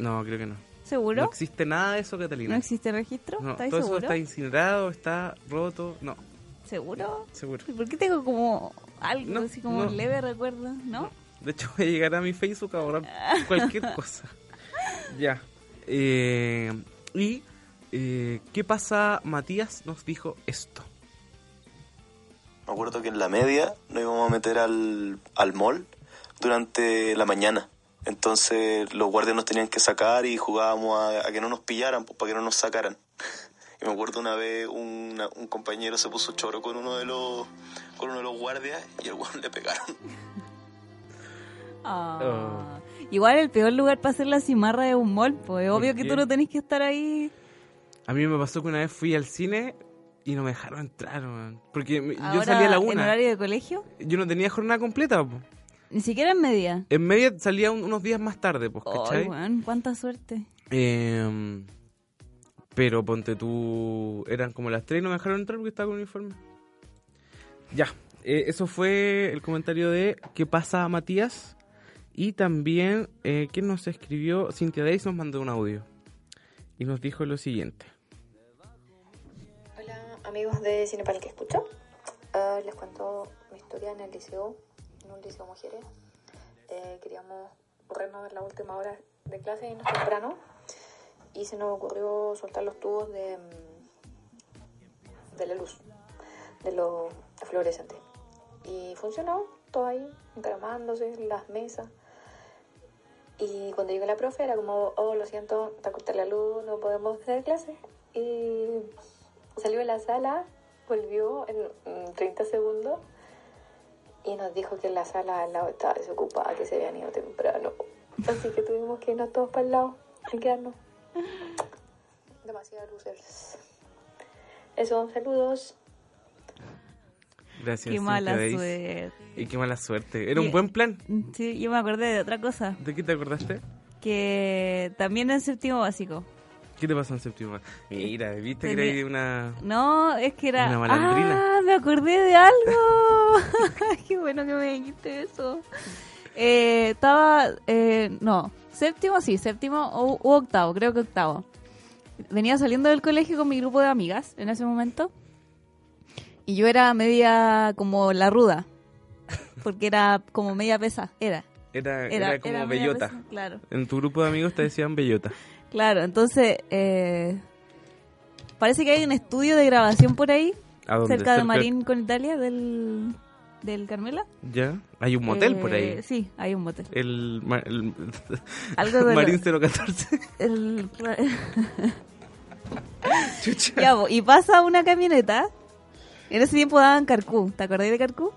No, creo que no.
¿Seguro?
No existe nada de eso, Catalina.
¿No existe registro?
No, todo
¿Estáis
eso
seguro?
está incinerado, está roto, no,
¿Seguro?
seguro.
¿Y ¿Por qué tengo como algo
No,
así como
no.
un leve recuerdo? ¿No?
De hecho, voy a llegar a mi Facebook a borrar cualquier cosa. Ya. Eh, y, eh, ¿qué pasa? Matías nos dijo esto.
Me acuerdo que en la media nos íbamos a meter al, al mall durante la mañana. Entonces los guardias nos tenían que sacar y jugábamos a, a que no nos pillaran, pues, para que no nos sacaran. Y me acuerdo una vez una- un compañero se puso choro con uno de los con uno de los guardias y el guardia le pegaron.
Ah.
Oh.
Igual el peor lugar para hacer la cimarra es un mall, pues es obvio que
qué?
tú no tenés que estar ahí.
A mí me pasó que una vez fui al cine y no me dejaron entrar, weón. Porque me- yo
Ahora,
salía a la
¿En
una.
horario de colegio?
Yo no tenía jornada completa, po.
Ni siquiera en media.
En media salía un- unos días más tarde, pues,
Ay,
¿cachai?
weón, cuánta suerte.
Eh, pero ponte tú. Eran como las 3 y no me dejaron entrar porque estaba con uniforme. Ya. eh, eso fue el comentario de ¿Qué pasa, Matías? Y también, eh, ¿quién nos escribió? Cintia Days nos mandó un audio. Y nos dijo lo siguiente.
Hola amigos de Cinepal que escucho. Ah, les cuento mi historia en el liceo, en un liceo mujeres. Eh, queríamos corrernos a ver la última hora de clase y nos temprano. Y se nos ocurrió soltar los tubos de, mm, de la luz, de los fluorescentes. Y funcionó, todo ahí, encaramándose, las mesas. Y cuando llegó la profe era como, oh, lo siento, está corta la luz, no podemos hacer clase. Y Salió de la sala, volvió en mm, 30 segundos y nos dijo que la sala al lado estaba desocupada, que se habían ido temprano. Así que tuvimos que irnos todos para el lado y quedarnos. Demasiado losers. Eso, saludos.
Gracias,
Qué
Cintia
mala
Days.
suerte.
Y qué mala suerte. Era
Y-
un buen plan.
Sí, yo me acordé de otra cosa,
¿De qué te acordaste?
que también en séptimo básico.
¿Qué te pasó en séptimo? Mira, viste que
Tenía-
era ahí una...
No, es que era...
Una malandrina.
Ah, me acordé de algo. Qué bueno que me dijiste eso. Eh, estaba... eh, no, séptimo, sí, séptimo o u octavo, creo que octavo. Venía saliendo del colegio con mi grupo de amigas en ese momento. Y yo era media como la ruda. Porque era como media pesa. Era.
Era,
Era-
Eh, era como
era media
bellota.
persona, claro.
En tu grupo de amigos te decían bellota.
Claro, entonces eh, Parece que hay un estudio de grabación por ahí,
¿A dónde?
cerca de
Cerca-
Marín con Italia, del, del Carmela.
¿Ya? Hay un motel por
Eh,
ahí. Eh.
Sí, hay un motel.
El, ma- el-
Algo de lo-
Marín 014.
El- Ya, po, y pasa una camioneta. En ese tiempo daban carcú. ¿Te acordáis de carcú?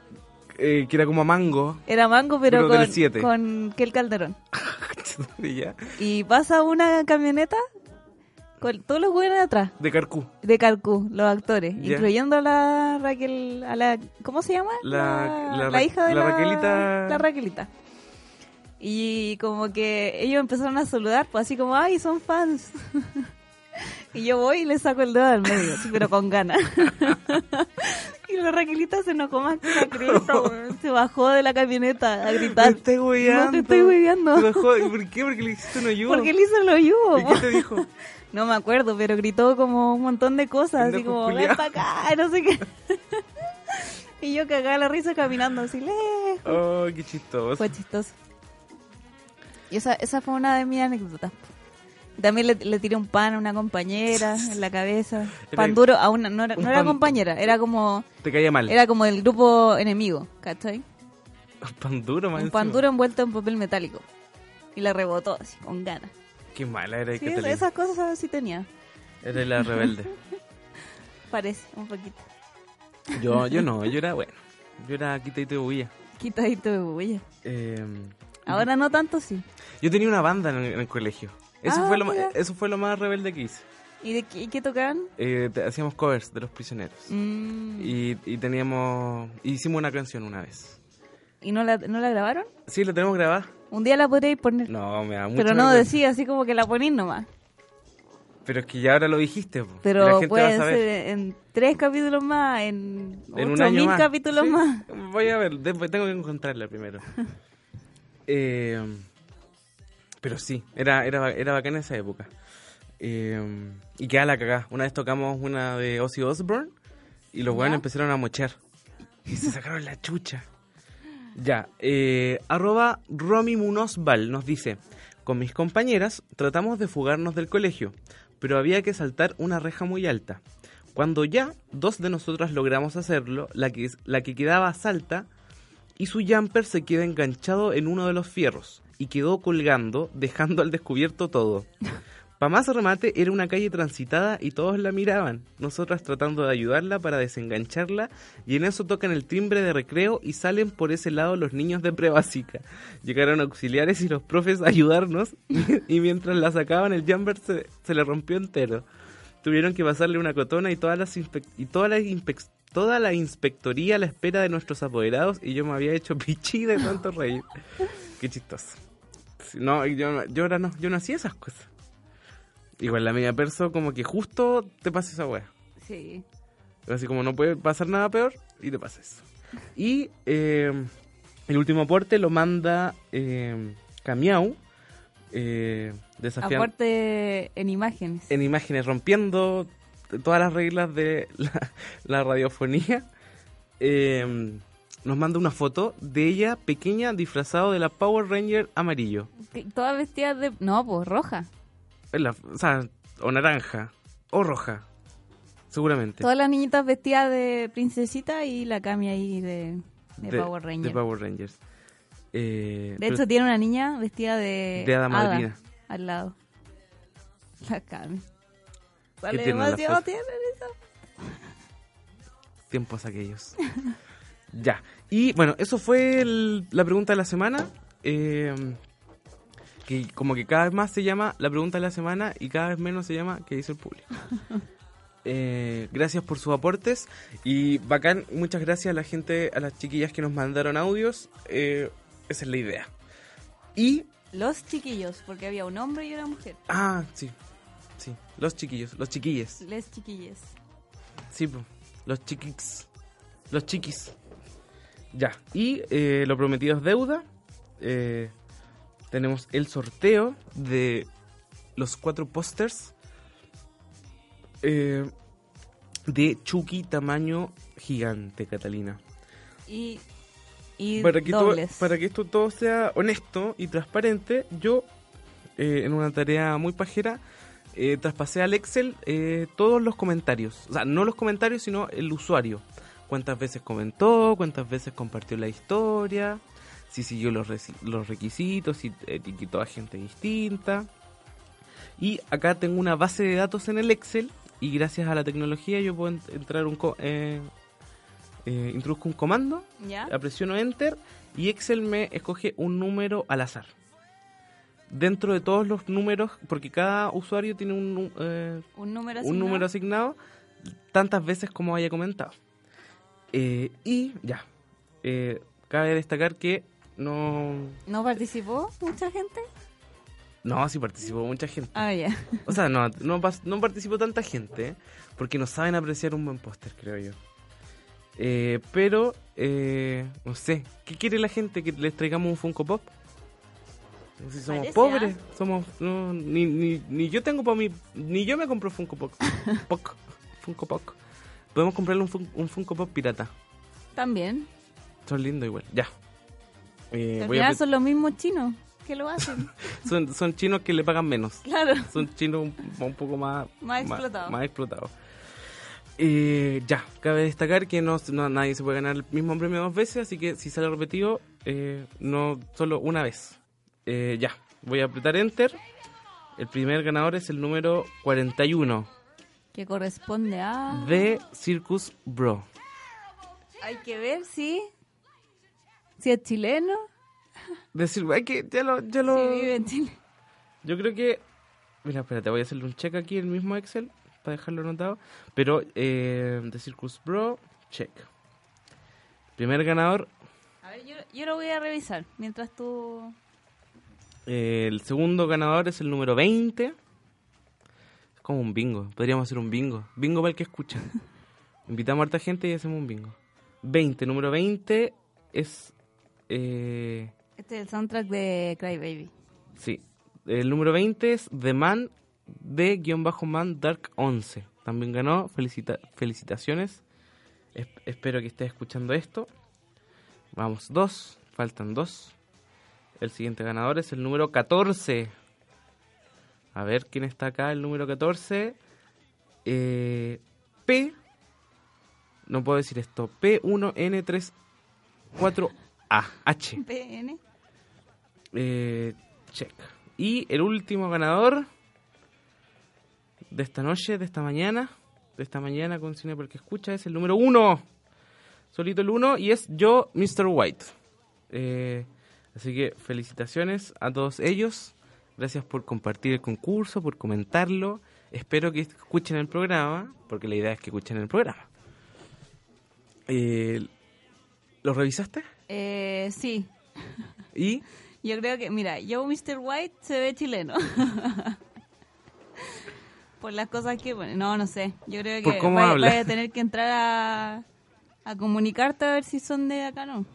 eh, que era como a mango.
Era mango, pero
Pero del
con,
siete.
con Kel Calderón.
Y ya.
Y pasa una camioneta con todos los güeyes atrás
De Carcú.
de carcú, los actores,
Ya.
incluyendo a la Raquel. A la, ¿Cómo se llama?
La, la,
la,
Ra-
hija de la,
la Raquelita.
La Raquelita. Y como que ellos empezaron a saludar, pues así como, ay, son fans. y yo voy y le saco el dedo del medio, así, pero con ganas. y la Raquelita se enojó más que la cresta, weón. se bajó de la camioneta a gritar.
Me estoy
No te estoy hueveando.
Te bajó- ¿Y por qué? Porque le hiciste un ayuda.
Porque él hizo el hoyugo.
¿Y qué te dijo?
No me acuerdo, pero gritó como un montón de cosas, así
Pendejo
como, ven
culiao".
para acá, no sé qué. y yo cagaba la risa caminando así, lejos.
Oh, qué chistoso.
Fue chistoso. Y esa, esa fue una de mis anécdotas. También le, le tiré un pan a una compañera en la cabeza.
Era-
Pan duro a una, no era,
un
no era
pan-
compañera, era como
Te caía mal.
era como el grupo enemigo, ¿cachai?
Pan duro, man.
Un pan duro envuelto en papel metálico. Y la rebotó así, con ganas.
Qué mala era
Sí,
Catalina.
es- esas cosas sí tenía,
Era la rebelde.
parece, un poquito.
Yo, yo no, yo era bueno. Yo era quitadito de bulla.
Quitadito de bulla.
Eh,
Ahora no tanto, sí.
yo tenía una banda en, en el colegio. Eso,
Ah,
fue lo ma-
mira.
eso fue lo más rebelde que hice.
¿Y de qué, y qué tocaban?
Eh, te- hacíamos covers de los prisioneros.
Mm,
Y, y teníamos. Hicimos una canción una vez.
¿Y no la, no la grabaron?
Sí, la tenemos grabada.
Un día la podréis poner.
No, me da mucho.
pero no decía así como que la ponís nomás.
Pero es que ya ahora lo dijiste. po. Y la
Pero
gente va a
puede
saber.
ser en tres capítulos más, en,
En un
ocho
año
mil
más.
capítulos
Sí.
más.
Voy a ver, después tengo que encontrarla primero. Eh, pero sí, era, era, era bacana esa época. Eh, y queda la cagada. Una vez tocamos una de Ozzy Osbourne y los weones empezaron a mochar. Y se sacaron la chucha. Ya, eh, arroba Romy Munozbal nos dice, con mis compañeras tratamos de fugarnos del colegio, pero había que saltar una reja muy alta. Cuando ya dos de nosotras logramos hacerlo, la que, la que quedaba salta y su jumper se queda enganchado en uno de los fierros y quedó colgando, dejando al descubierto todo. Pa' más remate, era una calle transitada y todos la miraban, nosotras tratando de ayudarla para desengancharla, y en eso tocan el timbre de recreo y salen por ese lado los niños de prebásica. Llegaron auxiliares y los profes a ayudarnos, y mientras la sacaban el jumper se, se le rompió entero. Tuvieron que pasarle una cotona y, todas las inspec- y toda, la inspec- toda la inspectoría a la espera de nuestros apoderados, y yo me había hecho pichí de tanto reír. Qué chistoso. Sí, No, yo, no- yo ahora no, yo no hacía esas cosas. Igual la media perso como que justo te pasa esa wea.
Sí.
Así como no puede pasar nada peor y te pasa eso. Y eh, el último aporte lo manda eh, Camiau, eh, desafiando
Aporte en imágenes.
en imágenes, rompiendo t- todas las reglas de la, la radiofonía. Eh, nos manda una foto de ella pequeña disfrazado de la Power Ranger amarillo.
Que- Todas vestidas de... No, pues roja.
Es la- o sea, o naranja, o roja, seguramente.
Todas las niñitas vestidas de princesita y la cami ahí de, de Power Ranger.
De Power Rangers. Eh,
De
pero-
hecho, tiene una niña vestida de.
De hada madrina.
Al lado. La Cami.
Qué
Sale
tierna la
demasiado
foto.
tierna en esa.
tiempos aquellos. ya. Y bueno, eso fue el- la pregunta de la semana. eh, que como que cada vez más se llama la pregunta de la semana y cada vez menos se llama que dice el público. Eh, gracias por sus aportes y bacán, muchas gracias a la gente, a las chiquillas que nos mandaron audios. eh, esa es la idea. Y
Los chiquillos, porque había un hombre y una mujer.
Ah, sí. Sí, los chiquillos, los chiquilles.
Les chiquilles.
Sí, po, los chiquix. Los chiquis. Ya, y eh, lo prometido es deuda. Eh, tenemos el sorteo de los cuatro pósters eh, de Chucky tamaño gigante, Catalina.
Y. Y
para que, todo,
dobles.
para que esto todo sea honesto y transparente, yo, eh, en una tarea muy pajera, eh, traspasé al Excel eh, todos los comentarios. O sea, no los comentarios, sino el usuario. Cuántas veces comentó, cuántas veces compartió la historia, si siguió los, reci- los requisitos, si etiquetó a gente distinta. Y acá tengo una base de datos en el Excel y gracias a la tecnología yo puedo en- entrar un... co- eh, eh, introduzco un comando,
Ya.
la presiono Enter y Excel me escoge un número al azar dentro de todos los números, porque cada usuario tiene un, nu- eh,
Un número
un
asignado.
número asignado tantas veces como haya comentado. Eh, y ya, Eh, cabe destacar que no,
¿No participó mucha gente?
no, sí participó mucha gente.
Ah, ya.
O sea, no, no, pas- no participó tanta gente, ¿eh? porque no saben apreciar un buen póster, creo yo. Eh, pero, eh, no sé, ¿qué quiere la gente? ¿Que les traigamos un Funko Pop? Si somos
Parece, ¿ah?
pobres, somos... no, ni, ni- ni yo tengo para mí... Ni yo me compro Funko Pop. Poc, Funko Pop. Podemos comprarle un, fun- un Funko Pop pirata.
También.
Son lindos igual, ya. Eh,
Al
voy a
final
apre-
son los mismos chinos que lo hacen.
son, son chinos que le pagan menos.
Claro.
Son chinos un, un poco más...
Más explotados.
Más, explotados. Eh, ya, cabe destacar que no, no- nadie se puede ganar el mismo premio dos veces, así que si sale repetido, eh, no solo una vez. Eh, ya, voy a apretar Enter. El primer ganador es el número 41
que corresponde a...
de Circus Bro.
Hay que ver si... Si es chileno,
Decir, hay que ya lo... Ya lo...
si vive en Chile.
Yo creo que. Mira, espérate, voy a hacerle un check aquí en el mismo Excel para dejarlo anotado. Pero eh, The Circus Bro, check. Primer ganador,
A ver, yo, yo lo voy a revisar mientras tú...
eh, el segundo ganador es el número 20. Es como un bingo, podríamos hacer un bingo. Bingo para el que escucha. Invitamos a harta gente y hacemos un bingo. 20, número 20 es. eh,
Este es el soundtrack de Cry Baby.
Sí. El número 20 es The Man de guión bajo Man Dark 11. También ganó. Felicita- felicitaciones. Es- espero que estés escuchando esto. Vamos, dos. Faltan dos. El siguiente ganador es el número 14. A ver quién está acá. El número 14. Eh, P. No puedo decir esto. P1N34AH.
PN.
Eh, check. Y el último ganador de esta noche, de esta mañana, de esta mañana con Cine porque escucha es el número uno. Solito el uno y es yo, Mr. White. Eh, así que felicitaciones a todos ellos. Gracias por compartir el concurso, por comentarlo. Espero que escuchen el programa, porque la idea es que escuchen el programa. Eh, ¿Lo revisaste?
Eh, sí,
¿Y?
yo creo que, mira, yo Mr. White se ve chileno. Por las cosas que, bueno, no, no sé. Yo creo
Por
que
cómo
vaya,
habla.
vaya a tener que entrar a, a comunicarte a ver si son de acá o no.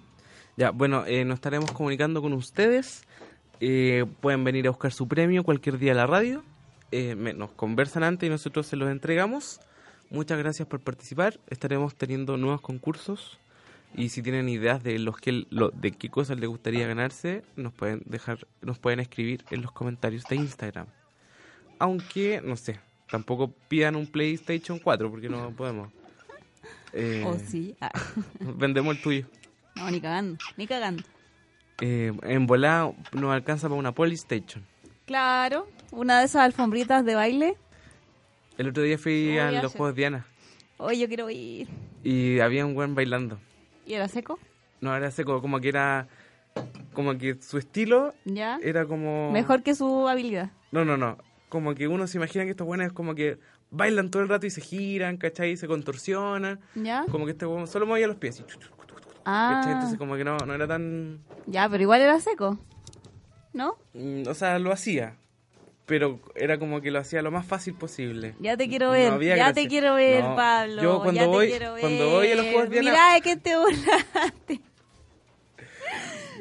Ya, bueno, eh, nos estaremos comunicando con ustedes. Eh, pueden venir a buscar su premio cualquier día a la radio. Eh, me- nos conversan antes y nosotros se los entregamos. Muchas gracias por participar. Estaremos teniendo nuevos concursos. Y si tienen ideas de los que lo- de qué cosas les gustaría ganarse, nos pueden dejar, nos pueden escribir en los comentarios de Instagram. Aunque, no sé, tampoco pidan un PlayStation 4 porque no podemos. Eh,
O sí. ah.
Vendemos el tuyo.
No, ni cagando, ni cagando.
Eh, en volada nos alcanza para una Polystation.
Claro, una de esas alfombritas de baile.
El otro día fui
Uy,
a los
ayer.
Juegos Diana
Hoy yo quiero ir.
y había un buen bailando.
¿Y era seco?
No, era seco, como que era... Como que su estilo
¿Ya?
era como...
¿Ah? Mejor que su habilidad.
No, no, no. Como que uno se imagina que estos buenos es como que bailan todo el rato y se giran, ¿cachai? Y se contorsionan.
¿Ya?
Como que este hueón solo movía los pies. y chu, chu, chu, ¿cachai?
Ah,
Entonces como que no, no era tan...
ya, pero igual era seco. ¿No?
mm, O sea, lo hacía. Pero era como que lo hacía lo más fácil posible.
Ya te quiero
No
ver,
había
ya
gracia.
te quiero ver,
No,
Pablo.
yo cuando
ya
voy-
te quiero ver.
cuando voy a los Juegos Diana-
Mirá, es que te burlaste.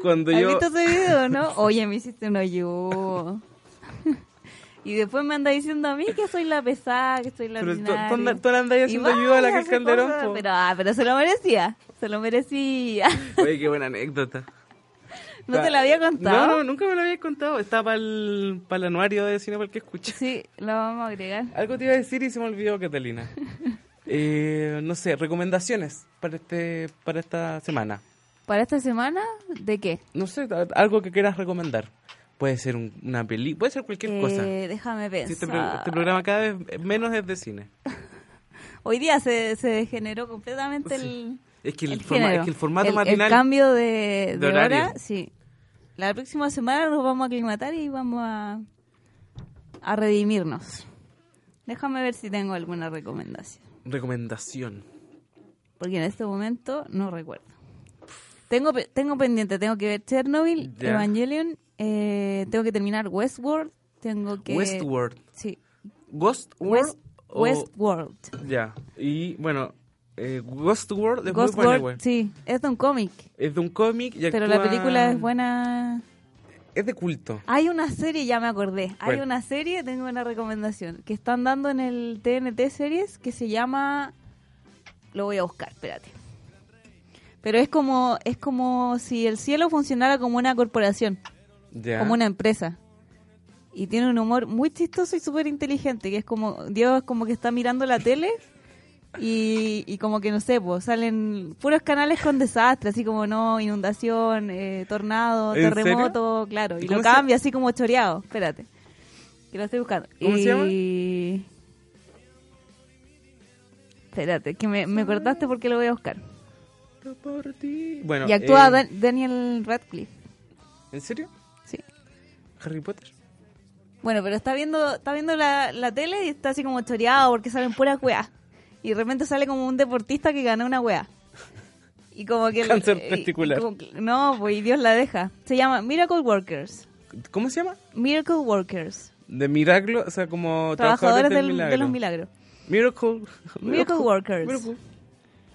Cuando
¿Has
yo...
visto ese video, no? Oye, me hiciste un hoyo. y después me anda diciendo a mí que soy la pesada, que soy la
Pero tú- tú
ordinaria.
andas- tú le andas
Y
haciendo ayuda a la
vaya,
que es Calderón,
cosa,
po.
Pero, ah, pero se lo merecía, se lo merecía.
Oye, qué buena anécdota.
No te la había contado.
No, no, nunca me lo había contado. Está para el, para el anuario de Cine para el que escucha.
Sí, la vamos a agregar.
Algo te iba a decir y se me olvidó, Catalina. Eh, no sé, recomendaciones para este para esta semana.
¿Para esta semana? ¿De qué?
No sé, a- algo que quieras recomendar. Puede ser un- una peli, puede ser cualquier
Eh,
cosa.
déjame
Sí, este, pro-
pensar.
este programa cada vez menos es de cine.
Hoy día se, se degeneró completamente el,
Es que el,
el
forma-
género.
es que el formato
El-
matinal.
El cambio de,
de
de
horario.
hora, sí. La próxima semana nos vamos a aclimatar y vamos a, a redimirnos. Déjame ver si tengo alguna recomendación.
Recomendación.
Porque en este momento no recuerdo. Tengo, pe- tengo pendiente, tengo que ver Chernobyl,
Ya.
Evangelion, eh, tengo que terminar Westworld, tengo que...
Westworld.
Sí.
Ghost World.
West-
o-
Westworld.
Ya. Y bueno, eh, Ghost World es
Ghost
muy buena,
World,
güey.
sí, es de un cómic,
Es de un cómic y
pero la
actúan-
película es buena.
Es de culto.
Hay una serie, ya me acordé. Hay
Bueno.
una serie, tengo una recomendación, que están dando en el TNT series que se llama. Lo voy a buscar, espérate. Pero es como, es como si el cielo funcionara como una corporación,
Ya.
como una empresa. Y tiene un humor muy chistoso y súper inteligente, que es como, Dios como que está mirando la tele y, y como que no sé, pues salen puros canales con desastres, así como no, inundación, eh, tornado,
¿En
terremoto, claro.
¿Y
Y
cómo
lo
se-
cambia así como choreado, espérate. Que lo estoy buscando.
¿Cómo se llama?
Y- Espérate, que me, me cortaste porque lo voy a buscar.
Bueno,
y actúa
eh,
Dan- Daniel Radcliffe.
¿En serio?
Sí.
Harry Potter.
Bueno, pero está viendo, está viendo la, la tele y está así como choreado porque salen puras weas. Y de repente sale como un deportista que ganó una wea. Y como que...
Cáncer
y- y
testicular.
como que- no, pues y Dios la deja. Se llama Miracle Workers.
¿Cómo se llama?
Miracle Workers.
De milagro, o sea, como
Trabajadores
trabajadores, del
del-
milagro.
de los milagros.
Miracle.
Miracle Workers.
pues.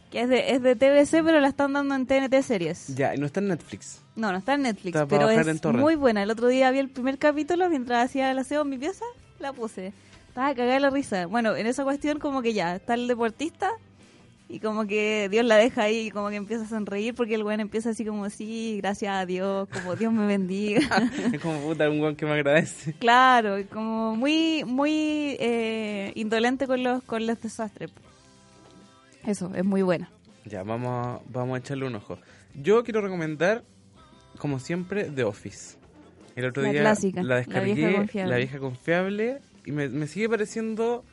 Que es de, es de TBC, pero la están dando en TNT series.
Ya, y no está en Netflix.
No, no está en Netflix,
Está para
pero
bajar en
es
torrent.
muy buena. El otro día vi el primer capítulo mientras hacía el aseo en mi pieza, la puse. Estaba cagada de la risa. Bueno, en esa cuestión como que ya, está el deportista y como que Dios la deja ahí y como que empieza a sonreír porque el weón empieza así como, sí, gracias a Dios, como Dios me bendiga.
es como puta, un guan que me agradece.
claro, y como muy, muy eh, indolente con los, con los desastres. Eso, es muy buena.
Ya, vamos, a- vamos a echarle un ojo. Yo quiero recomendar, como siempre, The Office. El otro
La
día
clásica,
la
la vieja
descargué,
confiable.
la vieja confiable, y me, me sigue pareciendo,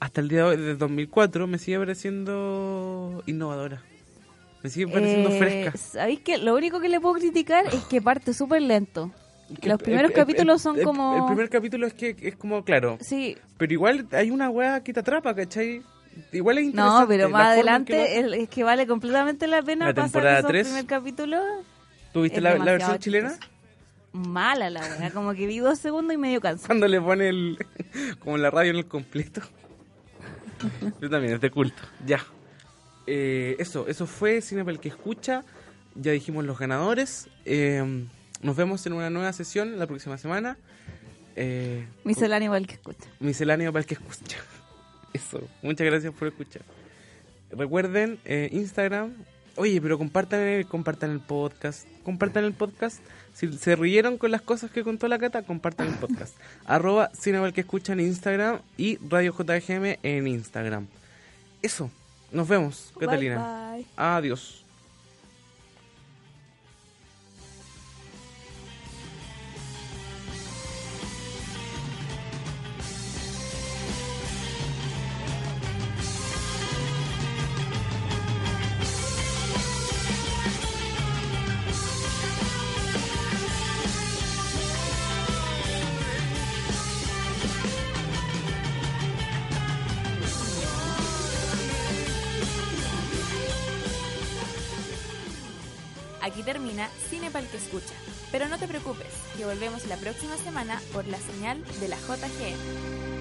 hasta el día de hoy, desde 2004, me sigue pareciendo innovadora. Me sigue pareciendo
Eh,
fresca.
¿Sabéis que lo único que le puedo criticar es que parte súper lento?
Que
Los
el-
primeros
el-
capítulos
el-
son
el-
como...
El primer capítulo es que es como, claro.
Sí.
Pero igual hay una weá que te atrapa, ¿cachai? Igual es interesante.
No, pero
la
más
forma en que
adelante
lo hacen.
el- es que vale completamente la pena
La
pasar
temporada
esos
tres.
primer capítulo.
¿Tuviste
es
la, la
demasiado
versión chilena?
chistoso. Mala la weá, como que vi dos segundos y medio cansado.
Cuando le pone el, como la radio en el completo. Yo también, es de culto. Ya. Eh, eso, eso fue Cine para el que escucha. Ya dijimos los ganadores. Eh, nos vemos en una nueva sesión la próxima semana. Eh,
Misceláneo igual que escucha.
Misceláneo para el que escucha. Eso. Muchas gracias por escuchar. Recuerden, eh, Instagram. Oye, pero compartan el, compartan el podcast. Compartan el podcast. Si se rieron con las cosas que contó la cata, compartan el podcast. Arroba Cine para el que escucha en Instagram y Radio JGM en Instagram. Eso. Nos vemos, Catalina.
Bye, bye.
Adiós.
Aquí termina Cine Pal que escucha. Pero no te preocupes, que volvemos la próxima semana por la señal de la JGM.